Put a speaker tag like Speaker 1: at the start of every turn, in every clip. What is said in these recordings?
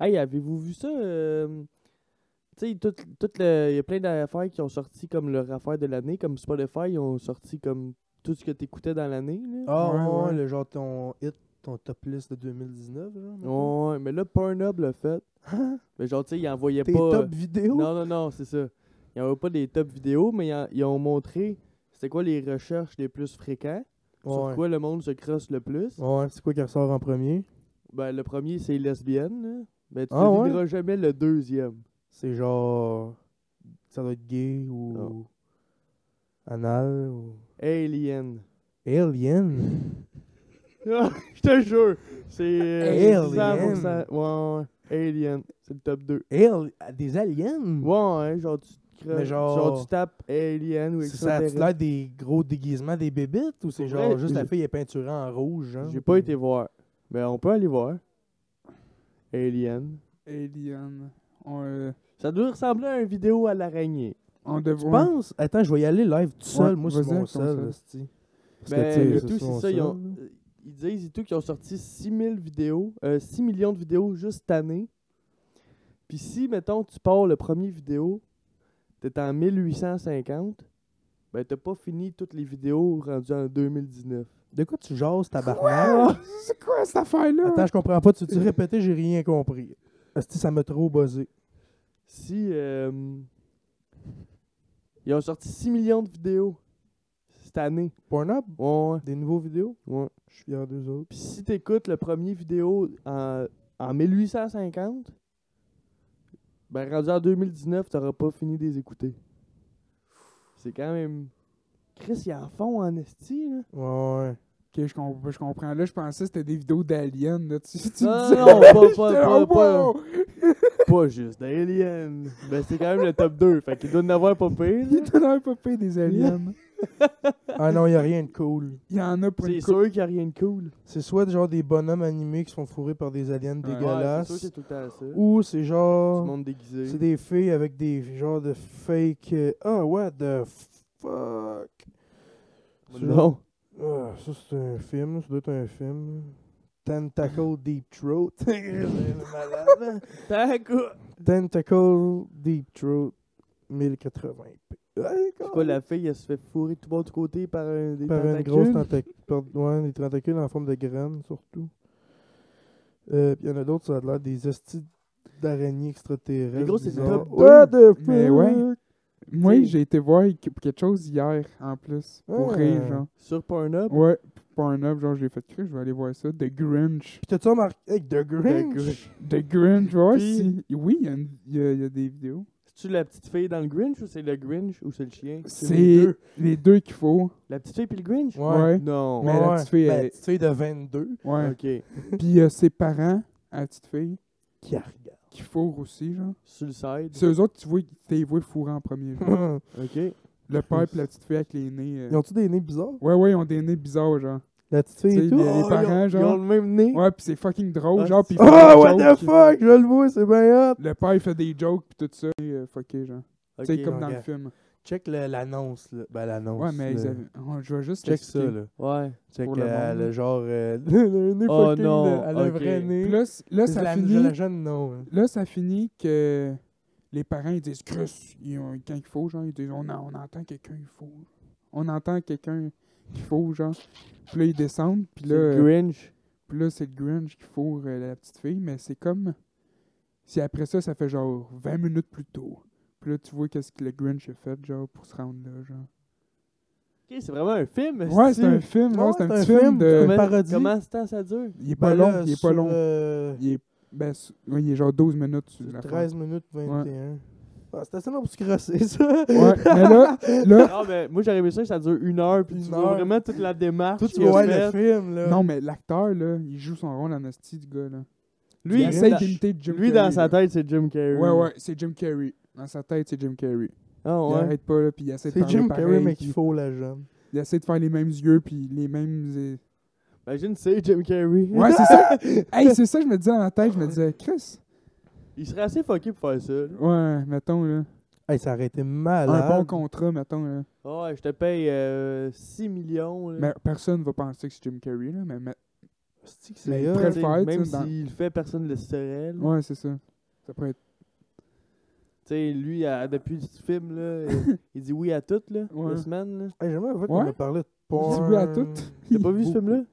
Speaker 1: Hey, avez-vous vu ça? euh, tu sais, tout, tout le- il y a plein d'affaires qui ont sorti comme leur affaire de l'année, comme Spotify, ils ont sorti comme tout ce que t'écoutais dans l'année. là.
Speaker 2: Ah,
Speaker 3: Ouais,
Speaker 2: ouais,
Speaker 3: ouais.
Speaker 2: le genre ton hit, ton top list de 2019. Genre, mettons.
Speaker 1: Ouais, mais là, Pornhub l'a fait. mais genre, tu sais, ils envoyaient
Speaker 2: Tes
Speaker 1: pas. euh,
Speaker 2: top vidéos.
Speaker 1: Non, non, non, c'est ça. Ils n'avaient pas des top vidéos, mais ils, en- ils ont montré c'était quoi les recherches les plus fréquentes, sur
Speaker 2: Ouais.
Speaker 1: quoi le monde se crosse le plus.
Speaker 2: Ouais, c'est quoi qui ressort en premier
Speaker 1: Ben, le premier, c'est lesbienne. là. Ben, tu ne
Speaker 2: Ah ouais?
Speaker 1: devineras jamais le deuxième.
Speaker 2: C'est genre. Ça doit être gay ou.
Speaker 1: Ah.
Speaker 2: Anal ou.
Speaker 1: Alien.
Speaker 2: Alien.
Speaker 1: Je te jure, c'est euh,
Speaker 2: Alien.
Speaker 1: 100%. Ouais, ouais, Alien, c'est le top 2.
Speaker 2: Al- Des aliens
Speaker 1: Ouais, ouais, genre tu te
Speaker 2: Mais
Speaker 1: crosses-
Speaker 2: genre-
Speaker 1: tu tapes Alien ou
Speaker 2: C'est Ça a
Speaker 1: extraterrestre.
Speaker 2: l'air des gros déguisements des bébites ou c'est
Speaker 1: Pour
Speaker 2: genre
Speaker 1: vrai,
Speaker 2: juste la
Speaker 1: j'ai-
Speaker 2: fille est peinturée en rouge genre
Speaker 1: J'ai pas été voir. Mais on peut aller voir. Alien.
Speaker 3: Alien. On, euh,
Speaker 1: Ça doit ressembler à une vidéo à l'araignée.
Speaker 3: on
Speaker 2: Tu
Speaker 3: devrait.
Speaker 2: penses Attends, je vais y aller live tout seul,
Speaker 3: Ouais,
Speaker 2: moi
Speaker 3: vas-y
Speaker 2: c'est mon
Speaker 3: avec ton
Speaker 2: seul.
Speaker 3: seul.
Speaker 2: hostie. Parce
Speaker 1: Ben,
Speaker 2: tu sais,
Speaker 1: le
Speaker 2: c'est
Speaker 1: tout,
Speaker 2: son
Speaker 1: c'est ça. Ils, ont-
Speaker 2: seul.
Speaker 1: euh, ils disent et tout qu'ils ont sorti 6000 vidéos, euh, 6 millions de vidéos juste cette année. Puis si, mettons, tu pars le premier vidéo, t'es en 1850, ben t'as pas fini toutes les vidéos rendues en 2019.
Speaker 2: De quoi tu jases, tabarnak?
Speaker 3: C'est quoi cette affaire-là?
Speaker 2: Attends, je comprends pas. Tu dis répéter, j'ai rien compris. Asti, ça m'a trop buzzé.
Speaker 1: Si, euh, ils ont sorti 6 millions de vidéos cette année.
Speaker 2: Pornhub?
Speaker 1: Ouais,
Speaker 2: Des nouveaux vidéos?
Speaker 1: ouais, ouais.
Speaker 2: Je suis fier d'eux autres.
Speaker 1: Puis si t'écoutes le premier vidéo en, en 1850, ben rendu en 2019, t'auras pas fini de les écouter. C'est quand même... Chris, il en fond en esti, là.
Speaker 2: Ouais, ouais.
Speaker 3: Ok, je, com- je comprends. Là, je pensais que c'était des vidéos d'aliens. là. Tu, tu
Speaker 1: Non,
Speaker 3: disais-
Speaker 1: non, non, pas- pas-
Speaker 3: J'étais
Speaker 1: pas-
Speaker 3: là,
Speaker 1: pas-
Speaker 3: wow!
Speaker 1: Pas juste d'Alien. Ben c'est quand même le top 2, fait qu'il doit en avoir pas pire,
Speaker 3: Il
Speaker 1: là.
Speaker 3: était dans un popé des aliens.
Speaker 2: Ah non, y a rien de cool.
Speaker 3: Il y en a pour
Speaker 1: C'est
Speaker 3: une coupe.
Speaker 1: sûr qu'il y a rien de cool.
Speaker 2: C'est soit genre des bonhommes animés qui se font fourrer par des aliens
Speaker 1: Ouais,
Speaker 3: Ouais,
Speaker 1: c'est sûr
Speaker 2: dégueulasses.
Speaker 1: que c'est tout le temps ça.
Speaker 2: ou c'est
Speaker 1: Du
Speaker 2: genre.
Speaker 1: monde déguisé.
Speaker 2: C'est des filles avec des genres de fake. euh, Ah, what the fuck? C'est genre-
Speaker 1: Non.
Speaker 2: Ah, ça c'est un film, ça doit être un film. Tentacle Deep Throat. C'est malade, hein? Tentacle Deep Throat 1080p. Ouais,
Speaker 1: C'est quoi, la fille, elle se fait fourrer tout bon de côté par un des
Speaker 2: Par une
Speaker 1: tentacules?
Speaker 2: grosse tentacule. Ouais, des tentacules en forme de graines, surtout. Euh, Puis il y en a d'autres, ça a l'air des hosties d'araignées extraterrestres.
Speaker 1: Mais gros, c'est le
Speaker 2: bizarres.
Speaker 1: top
Speaker 2: What the fuck?
Speaker 3: Mais ouais. Moi,
Speaker 1: T'sais-
Speaker 3: j'ai été voir que- quelque chose hier, en plus. Pour
Speaker 2: Ah.
Speaker 3: rire, genre.
Speaker 1: Sur Pornhub?
Speaker 3: Ouais, pour un up, genre, j'ai fait que je vais aller voir ça. The Grinch.
Speaker 2: Puis t'as-tu remarqué? Hey, The Grinch!
Speaker 1: Grinch.
Speaker 3: The Grinch, ouais,
Speaker 1: Puis-
Speaker 3: si. Oui, il y, a une- il y a- il y a des vidéos.
Speaker 1: C'est-tu la petite fille dans le Grinch ou c'est le Grinch ou c'est le chien?
Speaker 3: C'est
Speaker 2: les
Speaker 3: les
Speaker 2: deux.
Speaker 3: deux, qu'il faut.
Speaker 1: La petite fille puis le Grinch?
Speaker 2: Ouais.
Speaker 3: Ouais.
Speaker 1: Non.
Speaker 3: Mais la petite fille,
Speaker 2: ben,
Speaker 3: elle-
Speaker 2: la petite fille de 22
Speaker 3: Ouais.
Speaker 1: Ok.
Speaker 3: Puis il y a ses parents, à la petite fille,
Speaker 2: qui la regarde.
Speaker 3: qui fourrent aussi, genre.
Speaker 1: Sur le side.
Speaker 3: C'est eux autres, tu vois, tu les vois fourrer en premier. genre.
Speaker 1: Ok.
Speaker 3: Le père pis la petite fille avec les nez. euh.
Speaker 2: Ils ont-tu des nez bizarres?
Speaker 3: Ouais, ouais, ils ont des nez bizarres, genre.
Speaker 2: La petite fille
Speaker 3: Tu sais,
Speaker 2: et tout?
Speaker 3: les- les
Speaker 2: Oh,
Speaker 3: parents,
Speaker 1: ils ont,
Speaker 3: genre.
Speaker 1: ils ont le même nez.
Speaker 3: Ouais, pis c'est fucking drôle,
Speaker 1: Ah,
Speaker 3: genre. Pis
Speaker 1: c'est-
Speaker 3: ils font
Speaker 2: Ah,
Speaker 3: des
Speaker 2: what the
Speaker 3: jokes.
Speaker 2: fuck? Je le vois, c'est bien hot!
Speaker 3: Le père, il fait des jokes pis tout ça. Et, euh, fucké, genre.
Speaker 1: Ok.
Speaker 3: Tu sais, comme dans
Speaker 2: ok.
Speaker 3: le film.
Speaker 2: Check le- l'annonce, là. Ben, l'annonce.
Speaker 3: Ouais, mais ils
Speaker 2: là.
Speaker 3: avaient- oh, je vais juste
Speaker 2: Check ça,
Speaker 3: expliquer.
Speaker 2: là.
Speaker 1: Ouais.
Speaker 2: Check
Speaker 3: Pour le
Speaker 2: euh,
Speaker 3: monde.
Speaker 2: le genre. euh, le nez
Speaker 1: Oh
Speaker 2: fucking,
Speaker 1: non,
Speaker 2: là, elle a un
Speaker 1: ok.
Speaker 2: vrai nez.
Speaker 3: Pis là, c- là,
Speaker 2: C'est
Speaker 3: ça
Speaker 2: la,
Speaker 3: finit.
Speaker 2: la jeune, non. hein.
Speaker 3: Là, ça finit que les parents ils disent Chris, ils ont- quand il faut, genre, ils disent On, en- on entend quelqu'un, il faut. On entend quelqu'un qu'il faut, genre. Puis là, ils descendent, puis
Speaker 1: C'est
Speaker 3: là,
Speaker 1: le
Speaker 3: euh,
Speaker 1: Grinch.
Speaker 3: puis là c'est le Grinch qui fourre euh, la petite fille, mais c'est comme si après ça, ça fait genre 20 minutes plus tôt. Puis là, tu vois qu'est-ce que le Grinch a fait, genre, pour se rendre là, genre.
Speaker 1: Ok, c'est vraiment un film.
Speaker 3: Ouais, c'est un film,
Speaker 2: Ben,
Speaker 3: euh,
Speaker 2: Ouais,
Speaker 3: ouais, c'est un
Speaker 2: c'est un
Speaker 3: petit film
Speaker 2: film,
Speaker 3: de.
Speaker 2: une
Speaker 1: Comment,
Speaker 2: parodie.
Speaker 1: Comment c'est temps ça dure?
Speaker 3: Il est pas
Speaker 2: Ben
Speaker 3: long,
Speaker 2: là,
Speaker 3: il est
Speaker 2: sur,
Speaker 3: pas long.
Speaker 2: euh,
Speaker 3: Il est, ben, c'est- ouais, il est genre 12 minutes. sur
Speaker 2: sur
Speaker 3: la fin.
Speaker 2: 13 minutes 21. Ah, C'était assez long pour se crosser, ça.
Speaker 3: Ouais, mais là, là,
Speaker 1: Ah, mais moi j'aurais aimé ça que ça dure une heure. Puis
Speaker 2: Une
Speaker 1: tu vois
Speaker 2: heure.
Speaker 1: vraiment toute la démarche.
Speaker 2: Toi, tu
Speaker 1: qu'il a
Speaker 2: vois le
Speaker 1: faite.
Speaker 2: film, là.
Speaker 3: Non, mais l'acteur, là, il joue son rôle en hostie, du gars, là.
Speaker 1: Lui,
Speaker 3: il
Speaker 2: il
Speaker 3: essaie
Speaker 2: dans-
Speaker 3: d'imiter Jim Carrey.
Speaker 1: Lui dans sa
Speaker 3: là.
Speaker 1: tête, c'est Jim Carrey.
Speaker 3: Ouais, ouais, c'est Jim Carrey. Dans sa tête, c'est Jim Carrey.
Speaker 1: Ah,
Speaker 3: Il
Speaker 1: ouais.
Speaker 3: arrête pas, là, puis il essaie de
Speaker 2: C'est
Speaker 3: faire
Speaker 2: Jim
Speaker 3: pareil,
Speaker 2: Carrey, mais
Speaker 3: puis
Speaker 2: qui faut la jeune.
Speaker 3: Il essaie de faire les mêmes yeux, puis les mêmes... euh,
Speaker 1: Imagine, c'est Jim Carrey.
Speaker 3: Ouais, c'est ça. hey, c'est ça, que je me disais dans la tête, je me disais, Chris...
Speaker 1: Il serait assez fucké pour faire ça. là.
Speaker 3: Ouais, mettons, là.
Speaker 2: Hey, ça aurait été
Speaker 3: Un bon
Speaker 2: malade.
Speaker 3: contrat, mettons, là.
Speaker 1: Ah ouais, je te paye euh, 6 millions. là.
Speaker 3: Ben, Mais personne va penser que c'est Jim Carrey, là, mais... mais-
Speaker 2: Hostie que
Speaker 3: Mais
Speaker 2: c'est
Speaker 3: il
Speaker 2: hot.
Speaker 3: pourrait le
Speaker 1: T'sais,
Speaker 3: faire,
Speaker 1: même
Speaker 3: tu sais, dans-
Speaker 1: s'il le fait, personne ne le saurait. là.
Speaker 2: Mm.
Speaker 3: Ouais, c'est ça. Ça pourrait être.
Speaker 1: T'sais, lui, à- depuis le film, là, il, il dit oui à tout, là,
Speaker 3: Ouais.
Speaker 1: la semaine. là.
Speaker 2: Hey, J'aimerais en fait
Speaker 3: Ouais.
Speaker 2: qu'on a parlé de
Speaker 3: Il dit
Speaker 2: porn.
Speaker 3: oui à toutes.
Speaker 1: T'as pas vu ce film-là?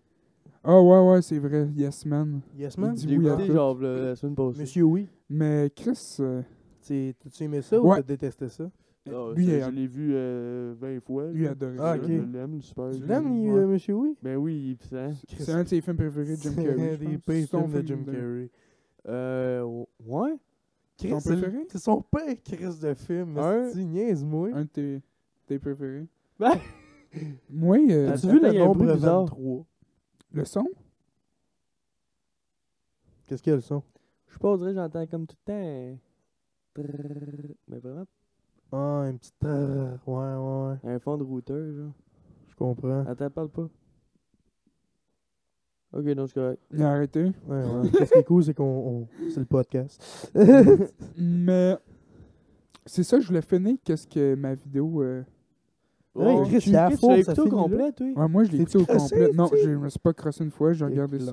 Speaker 3: Ah ouais, ouais, c'est vrai. Yes, man.
Speaker 2: Yes, man.
Speaker 3: Il dit
Speaker 1: J'ai
Speaker 3: oui à
Speaker 1: écouté,
Speaker 3: tout.
Speaker 1: genre, là, la semaine passée.
Speaker 2: Monsieur Oui.
Speaker 3: Mais Chris, euh,
Speaker 2: T'sais, T'as-tu aimé ça ou
Speaker 3: Ouais.
Speaker 2: t'as détesté ça?
Speaker 1: Ah,
Speaker 3: lui,
Speaker 1: ça,
Speaker 3: il
Speaker 1: je
Speaker 3: a-
Speaker 1: l'ai vu euh, 20 fois.
Speaker 3: lui il
Speaker 1: là.
Speaker 3: adorait
Speaker 2: Ah,
Speaker 3: ça.
Speaker 2: ok.
Speaker 1: Je l'aime, super.
Speaker 3: Tu
Speaker 1: je-
Speaker 2: L'aimes, il,
Speaker 3: ouais.
Speaker 2: euh, Monsieur Oui?
Speaker 1: Ben oui, il est puissant.
Speaker 2: Chris.
Speaker 3: C'est un de ses films préférés de Jim Carrey.
Speaker 2: C'est
Speaker 3: je
Speaker 2: des
Speaker 3: pense.
Speaker 2: pires
Speaker 3: Son
Speaker 2: films de Jim
Speaker 3: film
Speaker 2: Carrey.
Speaker 1: Euh, ouais.
Speaker 2: Chris,
Speaker 3: Ton
Speaker 2: c'est-
Speaker 3: préféré?
Speaker 2: C'est son père, Chris, de film.
Speaker 1: Un-
Speaker 2: Un... Niaise-moi.
Speaker 3: Un de tes, tes préférés.
Speaker 1: Ben-
Speaker 3: Moi, euh,
Speaker 1: T'as-
Speaker 2: As-tu vu
Speaker 1: Attends,
Speaker 2: le
Speaker 1: il y a un
Speaker 2: nombre
Speaker 1: bruit bizarre.
Speaker 2: 23?
Speaker 3: le son
Speaker 2: Qu'est-ce qu'elles sont?
Speaker 1: Je sais pas, on dirait que j'entends comme tout le temps. un trrrr, Mais vraiment,
Speaker 2: Ah, un petit... trrr. Ouais, ouais, ouais.
Speaker 1: un fond de routeur, genre.
Speaker 2: Je comprends.
Speaker 1: Attends, parle pas. Ok, non, c'est correct.
Speaker 3: Il a arrêté.
Speaker 2: Ouais, ouais. Qu'est-ce qui est cool, c'est qu'on... on- C'est le podcast.
Speaker 3: Mais c'est ça, je voulais finir. Qu'est-ce que ma vidéo. euh,
Speaker 2: Ouais, Chris, c'est à
Speaker 1: tu
Speaker 2: fond,
Speaker 1: l'as
Speaker 2: ça
Speaker 1: écouté au
Speaker 2: finit là.
Speaker 1: complet, toi?
Speaker 3: Ouais, moi, je l'ai
Speaker 2: T'es
Speaker 3: écouté au
Speaker 2: crossé,
Speaker 3: complet. Non,
Speaker 2: tu sais?
Speaker 3: je me suis pas crossé une fois. J'ai regardé ça.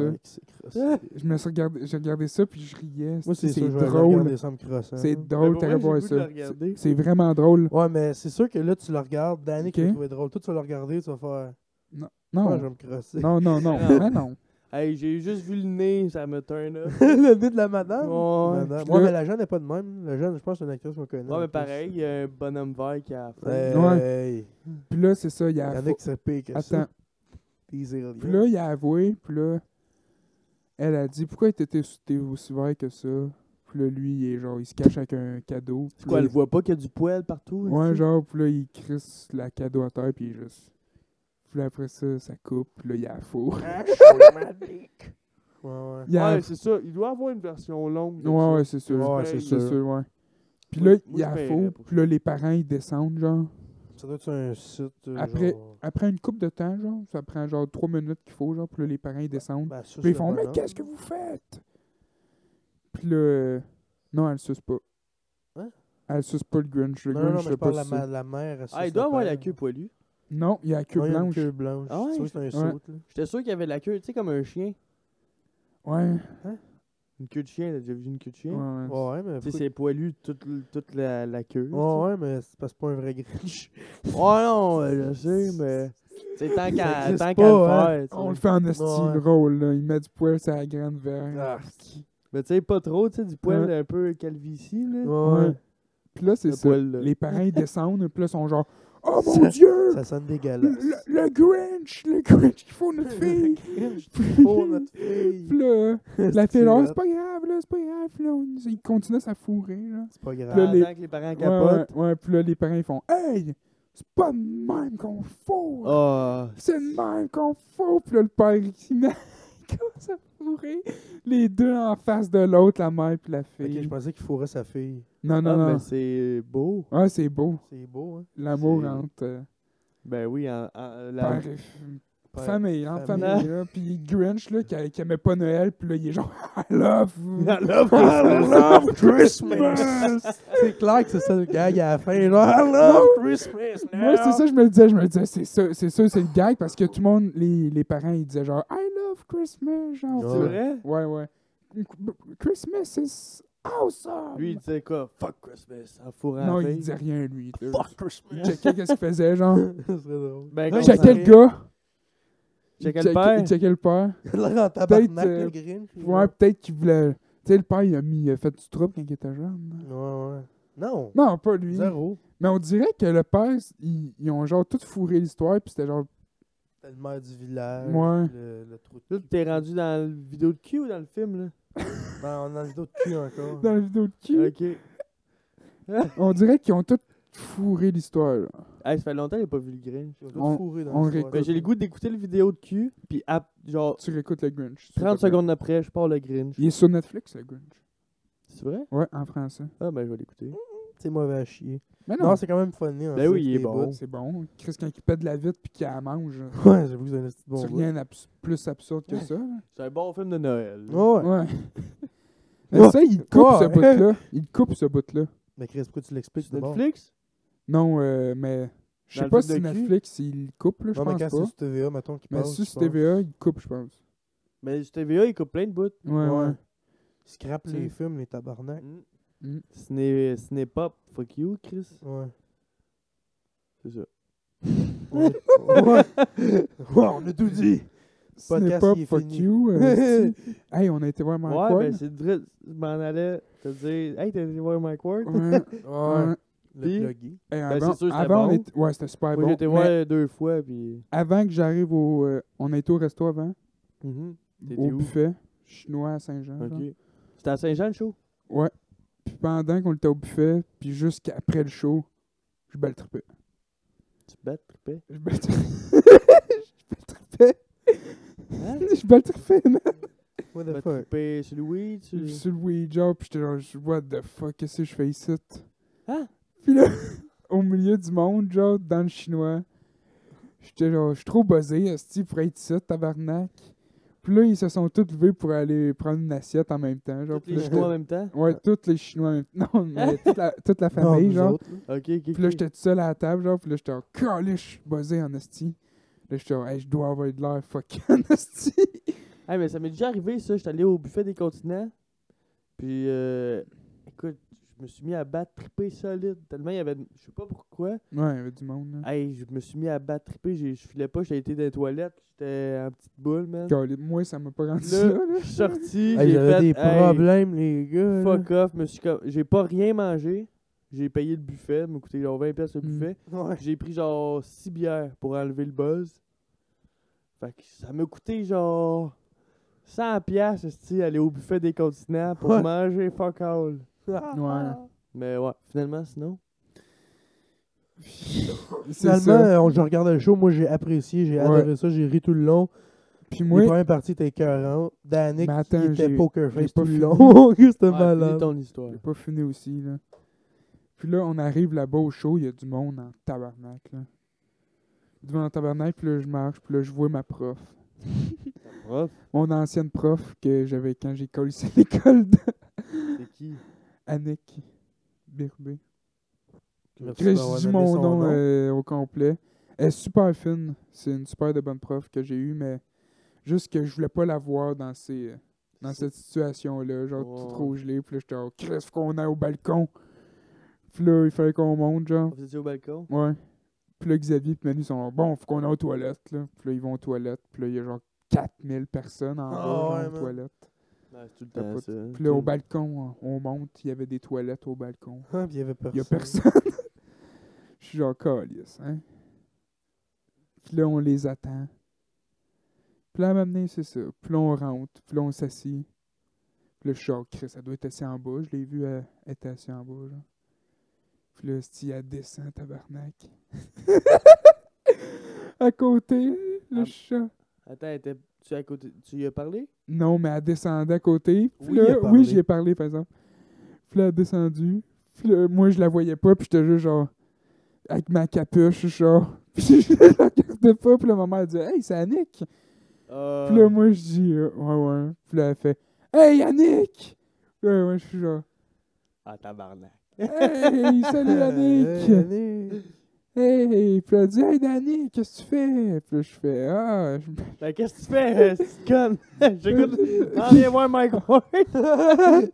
Speaker 2: ça.
Speaker 3: Je me suis regardé, j'ai regardé ça puis je riais.
Speaker 2: Moi, c'est
Speaker 3: c'est
Speaker 2: sûr, je vais aller
Speaker 3: drôle.
Speaker 2: regarder ça me crossant.
Speaker 3: C'est
Speaker 1: Ben,
Speaker 3: drôle,
Speaker 1: pour
Speaker 3: t'aurais
Speaker 1: vrai,
Speaker 3: voir
Speaker 1: j'ai le goût
Speaker 3: ça.
Speaker 1: de la regarder.
Speaker 3: C'est vraiment drôle.
Speaker 2: Ouais, mais c'est sûr que là, tu le regardes. Danny, qui
Speaker 3: Ok.
Speaker 2: va trouver drôle. Toi, tu vas le regarder, tu vas faire... Ah,
Speaker 3: Non,
Speaker 2: je vais me crosser.
Speaker 3: non, non, non.
Speaker 1: Non.
Speaker 3: Ah non.
Speaker 1: Hey, j'ai juste vu le nez, ça me turn up.
Speaker 2: le nez de la madame.
Speaker 1: ouais.
Speaker 2: Madame.
Speaker 3: Je
Speaker 2: Ouais,
Speaker 3: le-
Speaker 2: mais la jeune n'est pas de même. La jeune, je pense que c'est une actrice qu'on connaît.
Speaker 1: Ouais,
Speaker 2: en
Speaker 1: mais
Speaker 2: plus.
Speaker 1: pareil, il y a un bonhomme vert qui a
Speaker 2: Hey,
Speaker 3: Ouais.
Speaker 2: hey.
Speaker 3: Puis là, c'est ça, il
Speaker 2: Il y
Speaker 3: a
Speaker 2: en a qui se piquent.
Speaker 3: Attends.
Speaker 2: Des aliens.
Speaker 3: Puis là, il a avoué, puis là, elle a dit Pourquoi t'étais t'es aussi vert que ça Puis là, lui, il est genre, il se cache avec un cadeau.
Speaker 1: C'est quoi, elle voit pas qu'il y a du poil partout?
Speaker 3: Ouais,
Speaker 1: ici?
Speaker 3: genre, puis là, il crisse la cadeau à terre, puis il est juste. Puis là, après ça, ça coupe, puis là, il a faux.
Speaker 2: Ouais, ouais.
Speaker 3: Il a
Speaker 1: Ouais, c'est ça. Il doit avoir une version longue. de
Speaker 3: Ouais,
Speaker 1: ça.
Speaker 3: ouais, c'est sûr.
Speaker 2: Ouais,
Speaker 1: c'est
Speaker 3: c'est
Speaker 2: sûr.
Speaker 3: sûr, ouais. Puis
Speaker 1: Moi,
Speaker 3: là,
Speaker 1: je- moi,
Speaker 3: il
Speaker 1: je
Speaker 3: a
Speaker 1: paierais
Speaker 3: faux,
Speaker 1: pour
Speaker 3: puis là, les parents, ils descendent, genre.
Speaker 2: Ça doit être sur un site. euh,
Speaker 3: Après-
Speaker 2: genre-
Speaker 3: Après une coupe de temps, genre, ça prend genre 3 minutes qu'il faut, genre, puis là, les parents, ils descendent.
Speaker 2: Ben, ça,
Speaker 3: Puis ils
Speaker 2: c'est
Speaker 3: font,
Speaker 2: pas
Speaker 3: mais
Speaker 2: long.
Speaker 3: qu'est-ce que vous faites? Puis là, euh, non, elle suce pas.
Speaker 2: Hein?
Speaker 3: Elle suce pas le Grinch. Le
Speaker 2: Non, non,
Speaker 3: Grinch,
Speaker 2: mais
Speaker 3: je
Speaker 2: je
Speaker 3: sais
Speaker 2: parle de
Speaker 3: pas
Speaker 2: la,
Speaker 3: si
Speaker 2: ma-
Speaker 3: c'est-
Speaker 2: la mère.
Speaker 1: Ah, il doit avoir la queue poilue.
Speaker 3: Non, il y a la queue
Speaker 2: blanche.
Speaker 3: blanche.
Speaker 2: queue blanche.
Speaker 1: Ah ouais?
Speaker 2: Tu vois, c'est un
Speaker 3: Ouais.
Speaker 2: saut, là.
Speaker 1: J'étais sûr qu'il y avait la queue, tu sais, comme un chien.
Speaker 3: Ouais.
Speaker 1: Une queue de chien, t'as déjà vu une queue de chien?
Speaker 3: ouais. ouais.
Speaker 2: Ouais, mais.
Speaker 1: Tu sais,
Speaker 2: faut-
Speaker 1: c'est poilu toute, l- toute la, la queue.
Speaker 2: Ouais, ouais, mais c'est parce que c'est pas un vrai Grinch.
Speaker 1: tu sais. Oh non, euh, je sais, mais. C'est tant qu'à
Speaker 2: existe
Speaker 1: tant qu'à
Speaker 2: pas,
Speaker 1: le faire. tu
Speaker 3: hein. On le
Speaker 1: sais.
Speaker 3: fait en esti,
Speaker 2: Ouais.
Speaker 3: le rôle, là. Il met du poil sur la grande verre.
Speaker 1: Mais tu sais, pas trop, tu sais, du poil
Speaker 3: Ouais.
Speaker 1: un peu calvitie, là.
Speaker 2: Ouais.
Speaker 3: Ouais. Puis là, c'est
Speaker 1: Le
Speaker 3: ça.
Speaker 1: poil, là.
Speaker 3: Les parents, ils descendent, puis là, ils sont genre, oh mon dieu!
Speaker 2: Ça sonne dégueulasse.
Speaker 3: Le, le Grinch! Le Grinch qu'il faut notre fille!
Speaker 2: Grinch,
Speaker 3: Puis-
Speaker 2: pour notre fille.
Speaker 3: Puis là, la fille, genre,
Speaker 2: hot.
Speaker 3: c'est pas grave, là, c'est pas grave. Puis là, on- il continue à s'affourrer, là.
Speaker 2: C'est pas
Speaker 1: Ah, Tant
Speaker 2: grave.
Speaker 3: les-
Speaker 1: que les parents
Speaker 3: Ouais, ouais,
Speaker 1: capotent.
Speaker 3: ouais, puis là, les parents, ils font Hey, c'est pas de même qu'on fourre!
Speaker 1: Ah,
Speaker 3: C'est de même qu'on fourre! Puis là, le père, il s'y met, il commence à fourrer les deux en face de l'autre, la mère puis la fille.
Speaker 2: Ok, je pensais qu'il fourrait sa fille.
Speaker 3: Non, non,
Speaker 1: ah,
Speaker 3: non.
Speaker 1: mais c'est beau.
Speaker 3: Ah, c'est beau.
Speaker 2: C'est beau, hein?
Speaker 3: L'amour
Speaker 1: C'est-
Speaker 3: entre euh,
Speaker 1: Ben oui, en, en- la...
Speaker 3: père et f-
Speaker 2: Père-
Speaker 3: famille, en
Speaker 2: famille.
Speaker 3: famille, là. Puis Grinch, là, qui, qui aimait pas Noël, puis là, il est genre I love,
Speaker 1: la love
Speaker 3: I Ah, love
Speaker 2: Christmas. C'est clair que c'est ça le gag à la fin, là. Hello, Christmas!
Speaker 3: Moi, c'est ça, je me disais, je me disais, c'est ça, c'est ça, c'est le gag, parce que tout le monde, les, les parents, ils disaient genre, I love Christmas, genre.
Speaker 1: C'est
Speaker 2: Ouais.
Speaker 1: vrai?
Speaker 3: Ouais, ouais. Christmas is awesome!
Speaker 1: Lui, il disait quoi? Fuck Christmas, en fourrant
Speaker 3: non,
Speaker 1: la
Speaker 3: il
Speaker 1: fille.
Speaker 3: disait rien, lui. là.
Speaker 2: Fuck
Speaker 3: Il
Speaker 2: Christmas!
Speaker 3: checkait qu'est-ce qu'il faisait, genre.
Speaker 2: Ça serait drôle.
Speaker 1: Ben,
Speaker 2: Non,
Speaker 1: comme
Speaker 3: Il
Speaker 2: il
Speaker 1: ça.
Speaker 2: checkait
Speaker 3: checkait le gars.
Speaker 1: Il checkait
Speaker 3: Il
Speaker 1: le père.
Speaker 3: Il checkait le père.
Speaker 2: Là, en tabarnak,
Speaker 3: euh,
Speaker 2: le Grinch.
Speaker 3: Ouais, peut-être qu'il voulait... Tu sais, le père, il a, mis, il a fait du trouble quand il était jeune.
Speaker 2: Ouais, ouais. Non.
Speaker 3: Non, pas lui.
Speaker 2: Zéro.
Speaker 3: Mais on dirait que le père, ils, ils ont genre tout fourré l'histoire, puis c'était genre...
Speaker 2: T'as le maire du village.
Speaker 3: Ouais.
Speaker 2: Le, le trou de
Speaker 1: Là, t'es rendu dans la vidéo de cul ou dans le film, là?
Speaker 2: cul. Ben, on a le dos de cul encore.
Speaker 3: Dans la vidéo de cul.
Speaker 1: Ok.
Speaker 3: On dirait qu'ils ont tout fourré l'histoire, là.
Speaker 1: Hey, ça fait longtemps que j'ai pas vu le Grinch.
Speaker 2: Ils ont
Speaker 3: On-
Speaker 2: tout fourré
Speaker 3: on
Speaker 2: dans l'histoire.
Speaker 1: Ben, j'ai le goût d'écouter le vidéo de cul, puis ap- genre
Speaker 3: Tu réécoutes le Grinch. s'il te
Speaker 1: 30
Speaker 3: plaît.
Speaker 1: secondes après, je pars le Grinch.
Speaker 3: Il est sur Netflix, le Grinch.
Speaker 1: C'est vrai?
Speaker 3: Ouais, en français.
Speaker 1: Ah, ben je vais l'écouter.
Speaker 2: C'est mauvais à chier.
Speaker 3: Mais non,
Speaker 2: Non, c'est quand même funny. hein, en
Speaker 1: Ben
Speaker 2: fait,
Speaker 1: oui, il
Speaker 2: des
Speaker 1: est bon.
Speaker 2: bouts.
Speaker 3: c'est bon. Chris, quand il pète de la vitre puis qu'il la mange, là,
Speaker 2: Ouais, j'avoue que c'est un petit bon
Speaker 3: c'est
Speaker 2: bout.
Speaker 3: rien d'abs- plus absurde que ça. là.
Speaker 1: C'est un bon film de Noël. là.
Speaker 2: Ouais.
Speaker 3: Ouais. Mais ça, il coupe
Speaker 2: Ouais.
Speaker 3: ce bout-là. Il coupe ce bout-là.
Speaker 2: Mais Chris, pourquoi tu l'expliques
Speaker 1: Sur
Speaker 2: d'abord?
Speaker 1: Netflix?
Speaker 3: Non, euh, mais je
Speaker 1: Dans
Speaker 3: sais
Speaker 1: le
Speaker 3: pas
Speaker 1: vide de
Speaker 3: si
Speaker 1: cul?
Speaker 3: Netflix, il coupe, là, je
Speaker 2: Non, mais
Speaker 3: pense
Speaker 2: quand
Speaker 3: pas.
Speaker 2: c'est Ben, sur TVA, mettons qu'il
Speaker 3: Mais
Speaker 2: passe.
Speaker 3: si
Speaker 2: je
Speaker 3: c'est
Speaker 2: pense.
Speaker 3: TVA, il coupe, je pense.
Speaker 1: Mais TVA, il coupe plein de bouts.
Speaker 3: Ouais, ouais.
Speaker 2: Scrap
Speaker 3: C'est-
Speaker 2: les films, les tabarnak.
Speaker 1: Mm.
Speaker 3: Mm.
Speaker 1: Ciné, ciné pop, fuck you, Chris.
Speaker 2: Ouais.
Speaker 1: C'est ça.
Speaker 2: Ouais. ouais. on a tout dit.
Speaker 3: Ce n'est
Speaker 2: Podcast,
Speaker 3: pas
Speaker 2: il est
Speaker 3: fuck
Speaker 2: fini.
Speaker 3: you. euh, si. hey, on a été voir Mike
Speaker 1: Ouais,
Speaker 3: Ward.
Speaker 1: ben c'est vrai. Je m'en allais te dire, hey, t'as été voir Mike Ward?
Speaker 3: Ouais, ouais.
Speaker 1: Puis-
Speaker 2: Le pluggy.
Speaker 3: Hey,
Speaker 1: Ben,
Speaker 3: avant,
Speaker 1: c'est sûr que c'était
Speaker 3: avant, on
Speaker 1: bon.
Speaker 3: était- Ouais, c'était super
Speaker 1: Moi,
Speaker 3: bon.
Speaker 1: j'ai été
Speaker 3: mais
Speaker 1: voir deux fois, puis.
Speaker 3: Avant que j'arrive au. euh, on a été au resto avant,
Speaker 1: Mhm. T'étais
Speaker 3: Mm-hmm. au
Speaker 1: où?
Speaker 3: buffet, hein. chinois à Saint-Jean. genre.
Speaker 1: Ok. C'était à Saint-Jean le show?
Speaker 3: Ouais. Puis pendant qu'on était au buffet, puis jusqu'après le show, je belle trippais.
Speaker 1: Tu bats, trippais.
Speaker 3: Je belle trippais.
Speaker 1: Hein?
Speaker 3: Je belle trippais, man.
Speaker 2: What the
Speaker 1: Bats,
Speaker 2: fuck?
Speaker 1: trippais sur le weed, sur
Speaker 3: Je suis sur le Ouija, puis j'étais genre, je- what the fuck, qu'est-ce que je fais ici?
Speaker 1: Hein?
Speaker 3: Puis là, au milieu du monde, genre, dans le chinois, j'étais genre, je suis trop buzzé, esti, pour être ici, tabarnak. Puis là, ils se sont tous levés pour aller prendre une assiette en même temps, genre.
Speaker 1: Tous
Speaker 3: puis
Speaker 1: les
Speaker 3: là,
Speaker 1: chinois Hein? en même temps?
Speaker 3: j'étais- Ouais, tous les chinois en même temps. Non, mais toute la, toute la
Speaker 2: Non,
Speaker 3: famille,
Speaker 2: nous
Speaker 3: genre.
Speaker 2: autres, là.
Speaker 1: Ok, ok.
Speaker 3: Puis là,
Speaker 1: ok.
Speaker 3: j'étais tout seul à la table, genre, puis là, j'étais en calé, je suis buzzé en esti. Là, j'étais genre, hey, je dois avoir de l'air fucking esti.
Speaker 1: Hey, mais ça m'est déjà arrivé, ça. J'étais allé au buffet des continents. Puis, euh, écoute, je me suis mis à battre trippé solide. Tellement il y avait. Je sais pas pourquoi.
Speaker 3: Ouais, il y avait du monde, là.
Speaker 1: Hey, je me suis mis à battre trippé. j'ai- Je filais pas. J'étais été dans les toilettes. J'étais en petite boule, man.
Speaker 3: Calé, moi, ça m'a pas rendu
Speaker 1: Là,
Speaker 3: là.
Speaker 1: je suis sorti. j'ai
Speaker 2: Hey,
Speaker 1: fait,
Speaker 2: J'avais des
Speaker 1: hey,
Speaker 2: problèmes, les gars. là.
Speaker 1: Fuck off. me suis comme- J'ai pas rien mangé. J'ai payé le buffet. Ça m'a coûté genre 20$ piastres le
Speaker 3: Mm.
Speaker 1: buffet.
Speaker 2: Ouais.
Speaker 1: J'ai pris genre 6 bières pour enlever le buzz. Fait que ça m'a coûté genre 100 piastres, esti, aller au buffet des continents pour
Speaker 2: Ouais.
Speaker 1: manger fuck all.
Speaker 3: Ouais.
Speaker 1: Mais ouais, finalement, sinon.
Speaker 3: C'est
Speaker 2: Finalement,
Speaker 3: ça.
Speaker 2: euh, on- je regarde le show. Moi, j'ai apprécié, j'ai
Speaker 3: Ouais.
Speaker 2: adoré ça, j'ai ri tout le long.
Speaker 3: Puis
Speaker 2: Les
Speaker 3: moi,
Speaker 2: premières parties étaient écœurantes. Danick,
Speaker 3: Mais attends,
Speaker 2: il était
Speaker 3: j'ai-
Speaker 2: poker
Speaker 3: j'ai
Speaker 2: face
Speaker 3: pas
Speaker 2: tout le
Speaker 3: fini.
Speaker 2: long. C'était
Speaker 1: Ouais, finis
Speaker 2: malade.
Speaker 1: ton histoire.
Speaker 3: j'ai pas fini aussi, là. Puis là, on arrive là-bas au show, il y a du monde en tabarnak, là. Devant le tabarnak, puis là, je marche, puis là, je vois ma prof.
Speaker 1: Prof,
Speaker 3: Mon ancienne prof que j'avais quand j'ai collé à l'école de
Speaker 1: c'est qui
Speaker 3: Annick Birbé.
Speaker 2: Merci
Speaker 3: Chris,
Speaker 2: d'avoir
Speaker 3: je dis
Speaker 2: donné
Speaker 3: mon
Speaker 2: son
Speaker 3: nom euh, au complet. Elle est super fine. C'est une super de bonne prof que j'ai eue, mais juste que je voulais pas la voir dans ces. euh, dans cette situation-là, genre tout
Speaker 1: Ouais.
Speaker 3: trop gelé, puis là j'étais oh, Chris, faut qu'on aille au balcon. Puis là, il fallait qu'on monte, genre.
Speaker 1: Vous étiez au balcon
Speaker 3: Ouais. Puis là, Xavier et Manu sont bon, faut qu'on aille aux toilettes, là. Puis là, ils vont aux toilettes, puis là, il y a genre 4000 personnes en
Speaker 2: Ah
Speaker 3: bas,
Speaker 2: ouais,
Speaker 3: genre, aux
Speaker 2: man.
Speaker 3: toilettes.
Speaker 1: Ouais, c'est tout le
Speaker 3: T'as
Speaker 1: temps
Speaker 3: pas-
Speaker 1: ça.
Speaker 3: Puis là, au balcon, on on monte, il y avait des toilettes au balcon.
Speaker 2: Ah, puis il y avait personne.
Speaker 3: Il y a personne. Je suis genre calice, hein. Puis là, on les attend. Puis là, à m'amener, c'est ça. Puis là, on rentre. Puis là, on s'assit. Puis là, je suis genre, Chris, elle doit être assise en bas. Je l'ai vu, elle elle était assise en bas, genre. Puis là, si elle descend, tabarnak. à côté, le
Speaker 1: Ah.
Speaker 3: chat.
Speaker 1: Attends, était... tu es à côté. Tu y as parlé
Speaker 3: Non, mais elle descendait à côté. Puis
Speaker 2: Oui,
Speaker 3: là,
Speaker 2: il a parlé.
Speaker 3: oui, j'y ai parlé, par exemple. Puis là, elle a descendu. Puis là, moi, je la voyais pas, puis j'étais juste genre, avec ma capuche, genre. Puis je la regardais pas, puis là, ma mère elle dit Hey, c'est Annick.
Speaker 1: euh...
Speaker 3: Puis là, moi, je dis euh, Ouais, ouais. Puis là, elle fait Hey, Annick. Puis là, moi, je suis genre
Speaker 1: Ah, tabarnak.
Speaker 3: Hey, salut, Annick. Hey, puis elle dit Hey, Annick, qu'est-ce que tu fais Puis là, je fais Ah, je
Speaker 1: Ben, qu'est-ce que tu fais, euh, petite conne J'écoute. Ah, viens voir Mike Ward.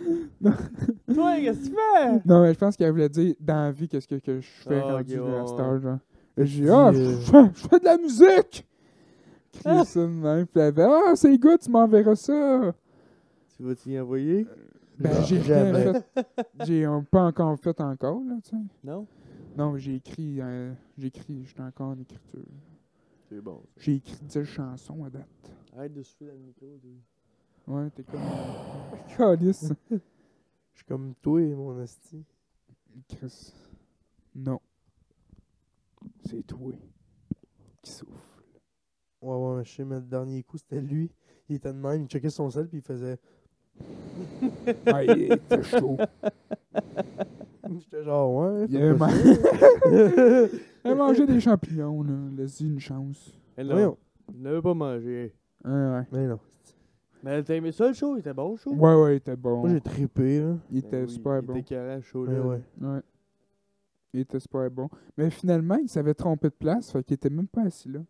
Speaker 1: Toi, qu'est-ce que tu fais
Speaker 3: Non, mais je pense qu'elle voulait dire dans la vie qu'est-ce que, que je fais
Speaker 1: Ah,
Speaker 3: rendu
Speaker 1: ok, ouais,
Speaker 3: à cette
Speaker 1: ouais.
Speaker 3: heure, genre. Et J'ai dit,
Speaker 2: Dis, euh,
Speaker 3: ah,
Speaker 2: Ah!
Speaker 3: je, fais, je fais de la musique! Crier ça de même. Puis elle fait, ah, c'est good, tu m'enverras ça!
Speaker 1: Tu vas-tu y envoyer
Speaker 3: Ben,
Speaker 2: Non,
Speaker 3: j'ai rien
Speaker 2: jamais.
Speaker 3: fait. J'ai euh, pas encore fait encore, là, tu sais.
Speaker 1: Non
Speaker 3: Non, j'ai écrit, euh, j'ai écrit, j'étais encore en écriture.
Speaker 1: C'est bon.
Speaker 3: J'ai écrit 10 chansons à date.
Speaker 1: Arrête de souffler dans le micro. dude.
Speaker 3: Ouais, t'es comme. Calice!
Speaker 2: Je suis comme toi, mon asti.
Speaker 3: Chris. Non. C'est toi qui souffle.
Speaker 2: Ouais, ouais, mais je sais, mais le dernier coup, c'était lui. Il était de même, il checkait son sel, puis il faisait.
Speaker 3: Ah, il était chaud.
Speaker 2: J'étais genre, ouais.
Speaker 3: Il
Speaker 2: fais
Speaker 3: a
Speaker 2: pas ça.
Speaker 3: mangé des champignons, là. Laisse-y une chance.
Speaker 1: Eh non,
Speaker 2: Voyons.
Speaker 1: je l'avais pas mangé.
Speaker 3: Ouais,
Speaker 2: Mais non.
Speaker 1: Mais t'as aimé ça le show Il était bon le show
Speaker 3: ouais. Ouais, ouais, il était bon.
Speaker 2: Moi, j'ai trippé, là.
Speaker 3: Il
Speaker 1: Ben
Speaker 3: était
Speaker 1: oui,
Speaker 3: super bon.
Speaker 1: Il était carré le show
Speaker 2: Mais
Speaker 1: là.
Speaker 2: ouais.
Speaker 3: Ouais. Il était super bon. Mais finalement, il s'avait trompé de place, fait qu'il était même pas assis là.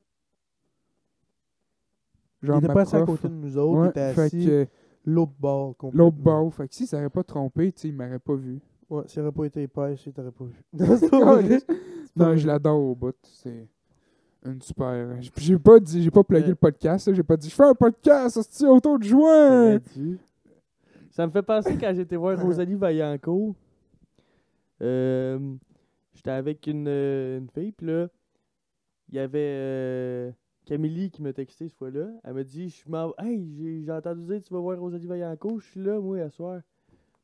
Speaker 2: Il
Speaker 3: Genre,
Speaker 2: était
Speaker 3: ma
Speaker 2: pas assis à
Speaker 3: prof-
Speaker 2: côté de nous autres,
Speaker 3: Ouais,
Speaker 2: il était
Speaker 3: fait
Speaker 2: assis
Speaker 3: que
Speaker 2: l'autre bord. complètement.
Speaker 3: l'autre bord. Fait que si ça aurait pas trompé, tu sais, il m'aurait pas vu.
Speaker 2: Ouais, s'il aurait pas été épaisse, il t'aurait pas vu.
Speaker 3: non, je l'adore au bout. C'est une super. J'ai- J'ai pas dit, j'ai pas plagué
Speaker 1: Ouais.
Speaker 3: le podcast. là. J'ai pas dit, je fais un podcast, c'est autour de juin.
Speaker 1: T'aurais dû. Ça me fait penser quand j'étais voir Rosalie Vaillancourt. Euh, J'étais avec une, euh, une fille, puis là, il y avait euh, Camille qui me textait cette fois-là. Elle me dit je m'en- Hey, j'ai- j'ai entendu dire tu vas voir Rosalie Vaillancourt, je suis là, moi, à soir.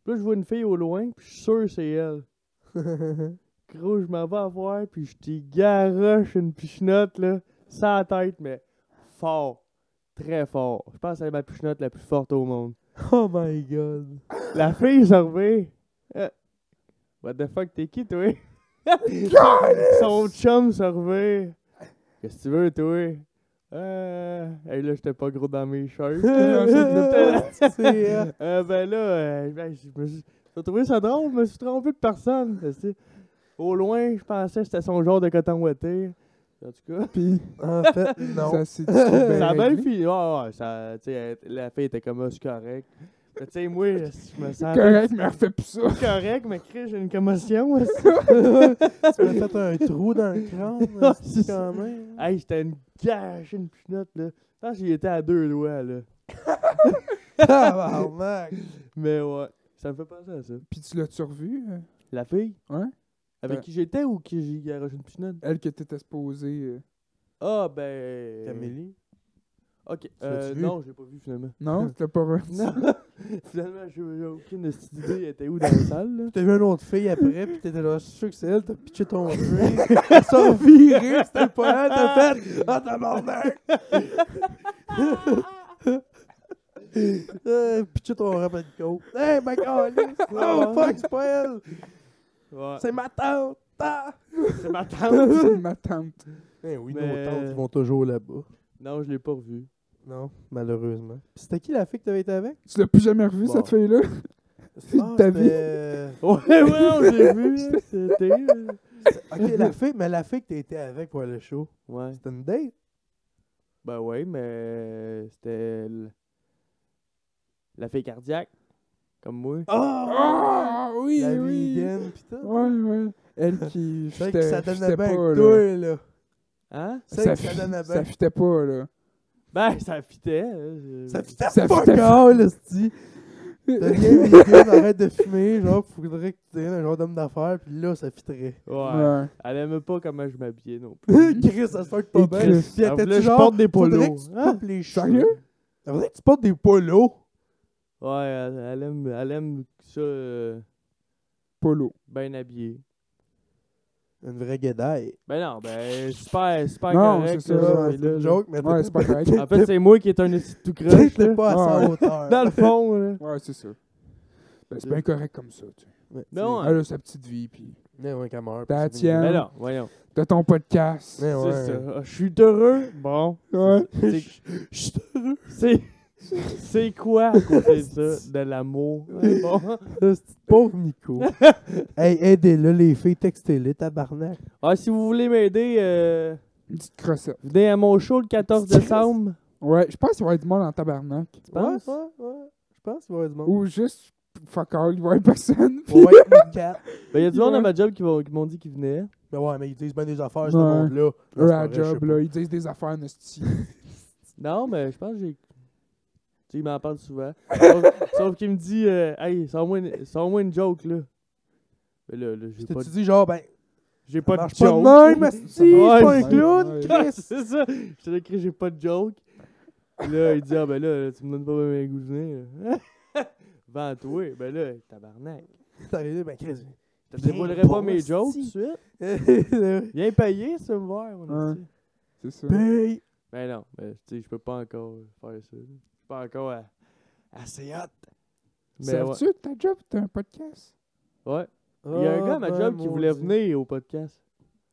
Speaker 1: Puis là, je vois une fille au loin, puis je suis sûr que c'est elle. Gros, je m'en vais à voir, puis je t'y garoche une pichenote, là, sans tête, mais fort. Très fort. Je pense que c'est ma pichenote la plus forte au monde.
Speaker 2: oh my god.
Speaker 1: La fille, je reviens. Euh, What the fuck, t'es qui, toi? Son chum, se revient. Qu'est-ce que tu veux, toi? Euh. Hey, là, j'étais pas gros dans mes shirts.
Speaker 2: C'est, euh,
Speaker 1: Euh, ben là, euh, ben, je me suis j'ai trouvé ça drôle, je me suis trompé de personne. parce que, Au loin, je pensais que c'était son genre de coton ouaté. En tout cas,
Speaker 3: Puis
Speaker 2: En fait, non.
Speaker 3: ça s'est dit
Speaker 2: Ben,
Speaker 3: bien
Speaker 1: sa
Speaker 3: réglé.
Speaker 1: belle fille, ouais, ouais, ça, tu sais, elle- la fille était comme, Ah, c'est correct. Mais tu sais, moi, je me sens
Speaker 3: Correct, mais refais plus ça.
Speaker 1: correct, mais Chris, j'ai une commotion. moi.
Speaker 2: tu m'as fait un trou dans le crâne,
Speaker 1: Ah,
Speaker 2: asti,
Speaker 1: c'est
Speaker 2: quand même.
Speaker 1: hey, j'étais une gâche, une pinotte, là. Je pense que j'y étais à deux doigts, là.
Speaker 2: Tabarnak.
Speaker 1: Mais ouais, ça me fait penser à ça.
Speaker 3: Puis tu l'as-tu revu? euh,
Speaker 1: La fille
Speaker 3: Ouais.
Speaker 1: Avec
Speaker 3: Euh.
Speaker 1: qui j'étais ou qui j'ai garoché une pinotte
Speaker 3: Elle que t'étais supposée. euh,
Speaker 1: Ah, ben.
Speaker 2: Camélie.
Speaker 1: Ok.
Speaker 2: l'as-tu
Speaker 1: Euh,
Speaker 2: vu?
Speaker 1: non, je l'ai pas vu finalement.
Speaker 3: Non, tu l'as pas revu.
Speaker 1: Non. finalement, j'ai j'ai aucune idée. Elle était où dans la salle, là
Speaker 2: T'as vu une autre fille après, pis t'étais là, je suis sûr que c'est elle, t'as pitché ton jeu. T'as sorti, c'était pas elle, t'as fait. Ah, tabarnak! euh, pitché ton rabat de coke. Hey, my god! Oh, fuck, c'est pas elle!
Speaker 1: Ouais.
Speaker 2: C'est ma tante! Ah!
Speaker 1: C'est ma tante.
Speaker 3: C'est ma tante.
Speaker 2: Eh oui,
Speaker 1: Mais-
Speaker 2: nos tantes, ils vont toujours là-bas.
Speaker 1: non, je l'ai pas revu.
Speaker 2: Non, malheureusement. Pis c'était qui la fille que t'avais été avec?
Speaker 3: Tu l'as plus jamais revu,
Speaker 2: Bon.
Speaker 3: cette fille-là?
Speaker 2: Ah,
Speaker 3: Ta vie.
Speaker 2: c'était-
Speaker 1: Ouais, ouais, on l'a vu. là. C'était. euh. là.
Speaker 2: Ok, la fille, mais la fille que t'as été avec pour le show,
Speaker 1: Ouais.
Speaker 2: c'était une date?
Speaker 1: Ben ouais, mais euh, c'était l- la fille cardiaque, comme moi.
Speaker 3: Ah oui,
Speaker 2: La
Speaker 3: oui.
Speaker 2: vegan, pis tout.
Speaker 3: Ouais, ouais. Elle qui.
Speaker 2: C'est vrai que
Speaker 3: fitait-
Speaker 2: ça donne
Speaker 3: fitait
Speaker 2: bien
Speaker 3: pas,
Speaker 2: avec
Speaker 3: là.
Speaker 2: toi, là.
Speaker 1: Hein?
Speaker 2: C'est
Speaker 3: Ça
Speaker 2: que ça
Speaker 3: fi-
Speaker 2: donne bien.
Speaker 3: Ça fitait pas, là.
Speaker 1: Ben, ça fitait. hein,
Speaker 2: Ça
Speaker 1: je-
Speaker 2: fit à
Speaker 3: ça
Speaker 2: fuck
Speaker 3: fit à-
Speaker 2: all, esti. Deviens vegan, arrête de fumer, genre, faudrait que tu aies un genre d'homme d'affaires, pis là, ça fitterait.
Speaker 1: Ouais.
Speaker 3: Ouais.
Speaker 1: Elle aimait pas comment je m'habillais non plus.
Speaker 2: Chris, ça se fuck pas
Speaker 3: Et
Speaker 2: bien.
Speaker 3: Chris,
Speaker 2: Pis elle
Speaker 1: elle
Speaker 2: était
Speaker 1: voulait que je
Speaker 2: genre,
Speaker 1: porte des
Speaker 2: faudrait
Speaker 1: polos.
Speaker 2: que tu
Speaker 1: Hein?
Speaker 2: coupes les cheveux.
Speaker 3: Sérieux?
Speaker 2: Faudrait que tu portes des polos.
Speaker 1: Ouais, elle, elle aime, elle aime ça euh,
Speaker 3: Polo.
Speaker 1: bien habillé.
Speaker 2: Une vraie guédaille.
Speaker 1: Ben non, ben super, super
Speaker 3: Non,
Speaker 1: correct.
Speaker 3: c'est
Speaker 1: là,
Speaker 3: ça,
Speaker 1: ouais,
Speaker 2: c'est
Speaker 1: là,
Speaker 2: une joke, mais
Speaker 3: Ouais, c'est pas correct.
Speaker 1: là. En fait, c'est moi qui est un esti tout
Speaker 2: Chris,
Speaker 1: croche.
Speaker 2: t'es
Speaker 1: là.
Speaker 2: pas à
Speaker 3: Ouais.
Speaker 2: sa hauteur.
Speaker 1: Dans le fond, là.
Speaker 3: Ouais, c'est ça. Ben, c'est bien correct comme ça, tu sais.
Speaker 2: Ouais,
Speaker 1: Non, hein.
Speaker 3: Elle a sa petite vie, puis
Speaker 2: Mais ouais, qu'elle meurt,
Speaker 3: T'as
Speaker 2: pis c'est
Speaker 3: la
Speaker 1: Ben
Speaker 3: tienne.
Speaker 1: non, voyons.
Speaker 3: t'as ton podcast.
Speaker 2: fini. Mais
Speaker 1: C'est ça.
Speaker 2: ouais.
Speaker 1: Ah, Je suis heureux. Bon.
Speaker 3: Ouais.
Speaker 1: C'est- C'est. C'est quoi à côté de ça? De l'amour. Bon.
Speaker 2: Esti, Pauvre Nico. hey, aidez-le, les filles, textez-les, tabarnak.
Speaker 1: Ah, si vous voulez m'aider, euh,
Speaker 3: Une petite crossette.
Speaker 1: venez à mon show le 14 décembre.
Speaker 3: Ouais, je pense qu'il va y avoir du monde en tabarnak.
Speaker 1: Tu penses?
Speaker 2: Ouais, ouais, ouais. Je pense qu'il va y avoir du monde.
Speaker 3: Ou juste, fuck all, il va y avoir personne. puis-
Speaker 2: On va être une quatre.
Speaker 1: Ben, il y a du monde
Speaker 3: Ouais.
Speaker 1: à ma job qui, vont- qui m'ont dit qu'ils venaient.
Speaker 2: Mais Ben ouais, mais ils disent bien des affaires,
Speaker 3: Ouais.
Speaker 2: ce monde-là.
Speaker 3: Eux,
Speaker 2: Là,
Speaker 3: à
Speaker 2: c'est pas vrai,
Speaker 3: job,
Speaker 2: je sais
Speaker 3: là, ils disent des affaires, Nasty.
Speaker 1: Non, mais je pense que j'ai. Tu sais, il m'en parle souvent. Sauf, sauf qu'il me dit, euh, hey, sors-moi une, sors-moi une joke, là. Mais là, là, j'ai
Speaker 2: pas.
Speaker 1: pas,
Speaker 2: Tu dis genre, ben,
Speaker 1: j'ai
Speaker 2: ça
Speaker 1: pas de
Speaker 2: marche
Speaker 1: joke.
Speaker 2: pas de même, asti, je suis
Speaker 1: Ouais,
Speaker 2: pas un
Speaker 1: c'est-
Speaker 2: clown,
Speaker 3: ouais.
Speaker 1: Ouais,
Speaker 2: Chris.
Speaker 1: c'est ça. Je te l'écris, j'ai pas de joke. Puis là, il dit, ah, ben là, tu me donnes pas même un goût de venir. là. Vends-toi. Ben là, tabarnak.
Speaker 2: T'as arrivé, ben, Chris.
Speaker 1: Je te
Speaker 2: Bien
Speaker 1: dévoilerai
Speaker 2: bon,
Speaker 1: pas mes
Speaker 2: esti.
Speaker 1: jokes tout de suite.
Speaker 2: Ben,
Speaker 1: Viens payer, ça me voir, mon
Speaker 3: Ouais.
Speaker 1: esti.
Speaker 3: C'est ça.
Speaker 1: Ben non, ben, tu sais, je peux pas encore faire ça. là. Je suis pas encore à- assez hot.
Speaker 3: C'est
Speaker 1: ouais.
Speaker 3: tu ta job, t'as un podcast?
Speaker 1: ouais. Il y a un gars à ma
Speaker 2: Ah,
Speaker 1: job
Speaker 2: ben,
Speaker 1: qui voulait
Speaker 2: maudit.
Speaker 1: venir au podcast.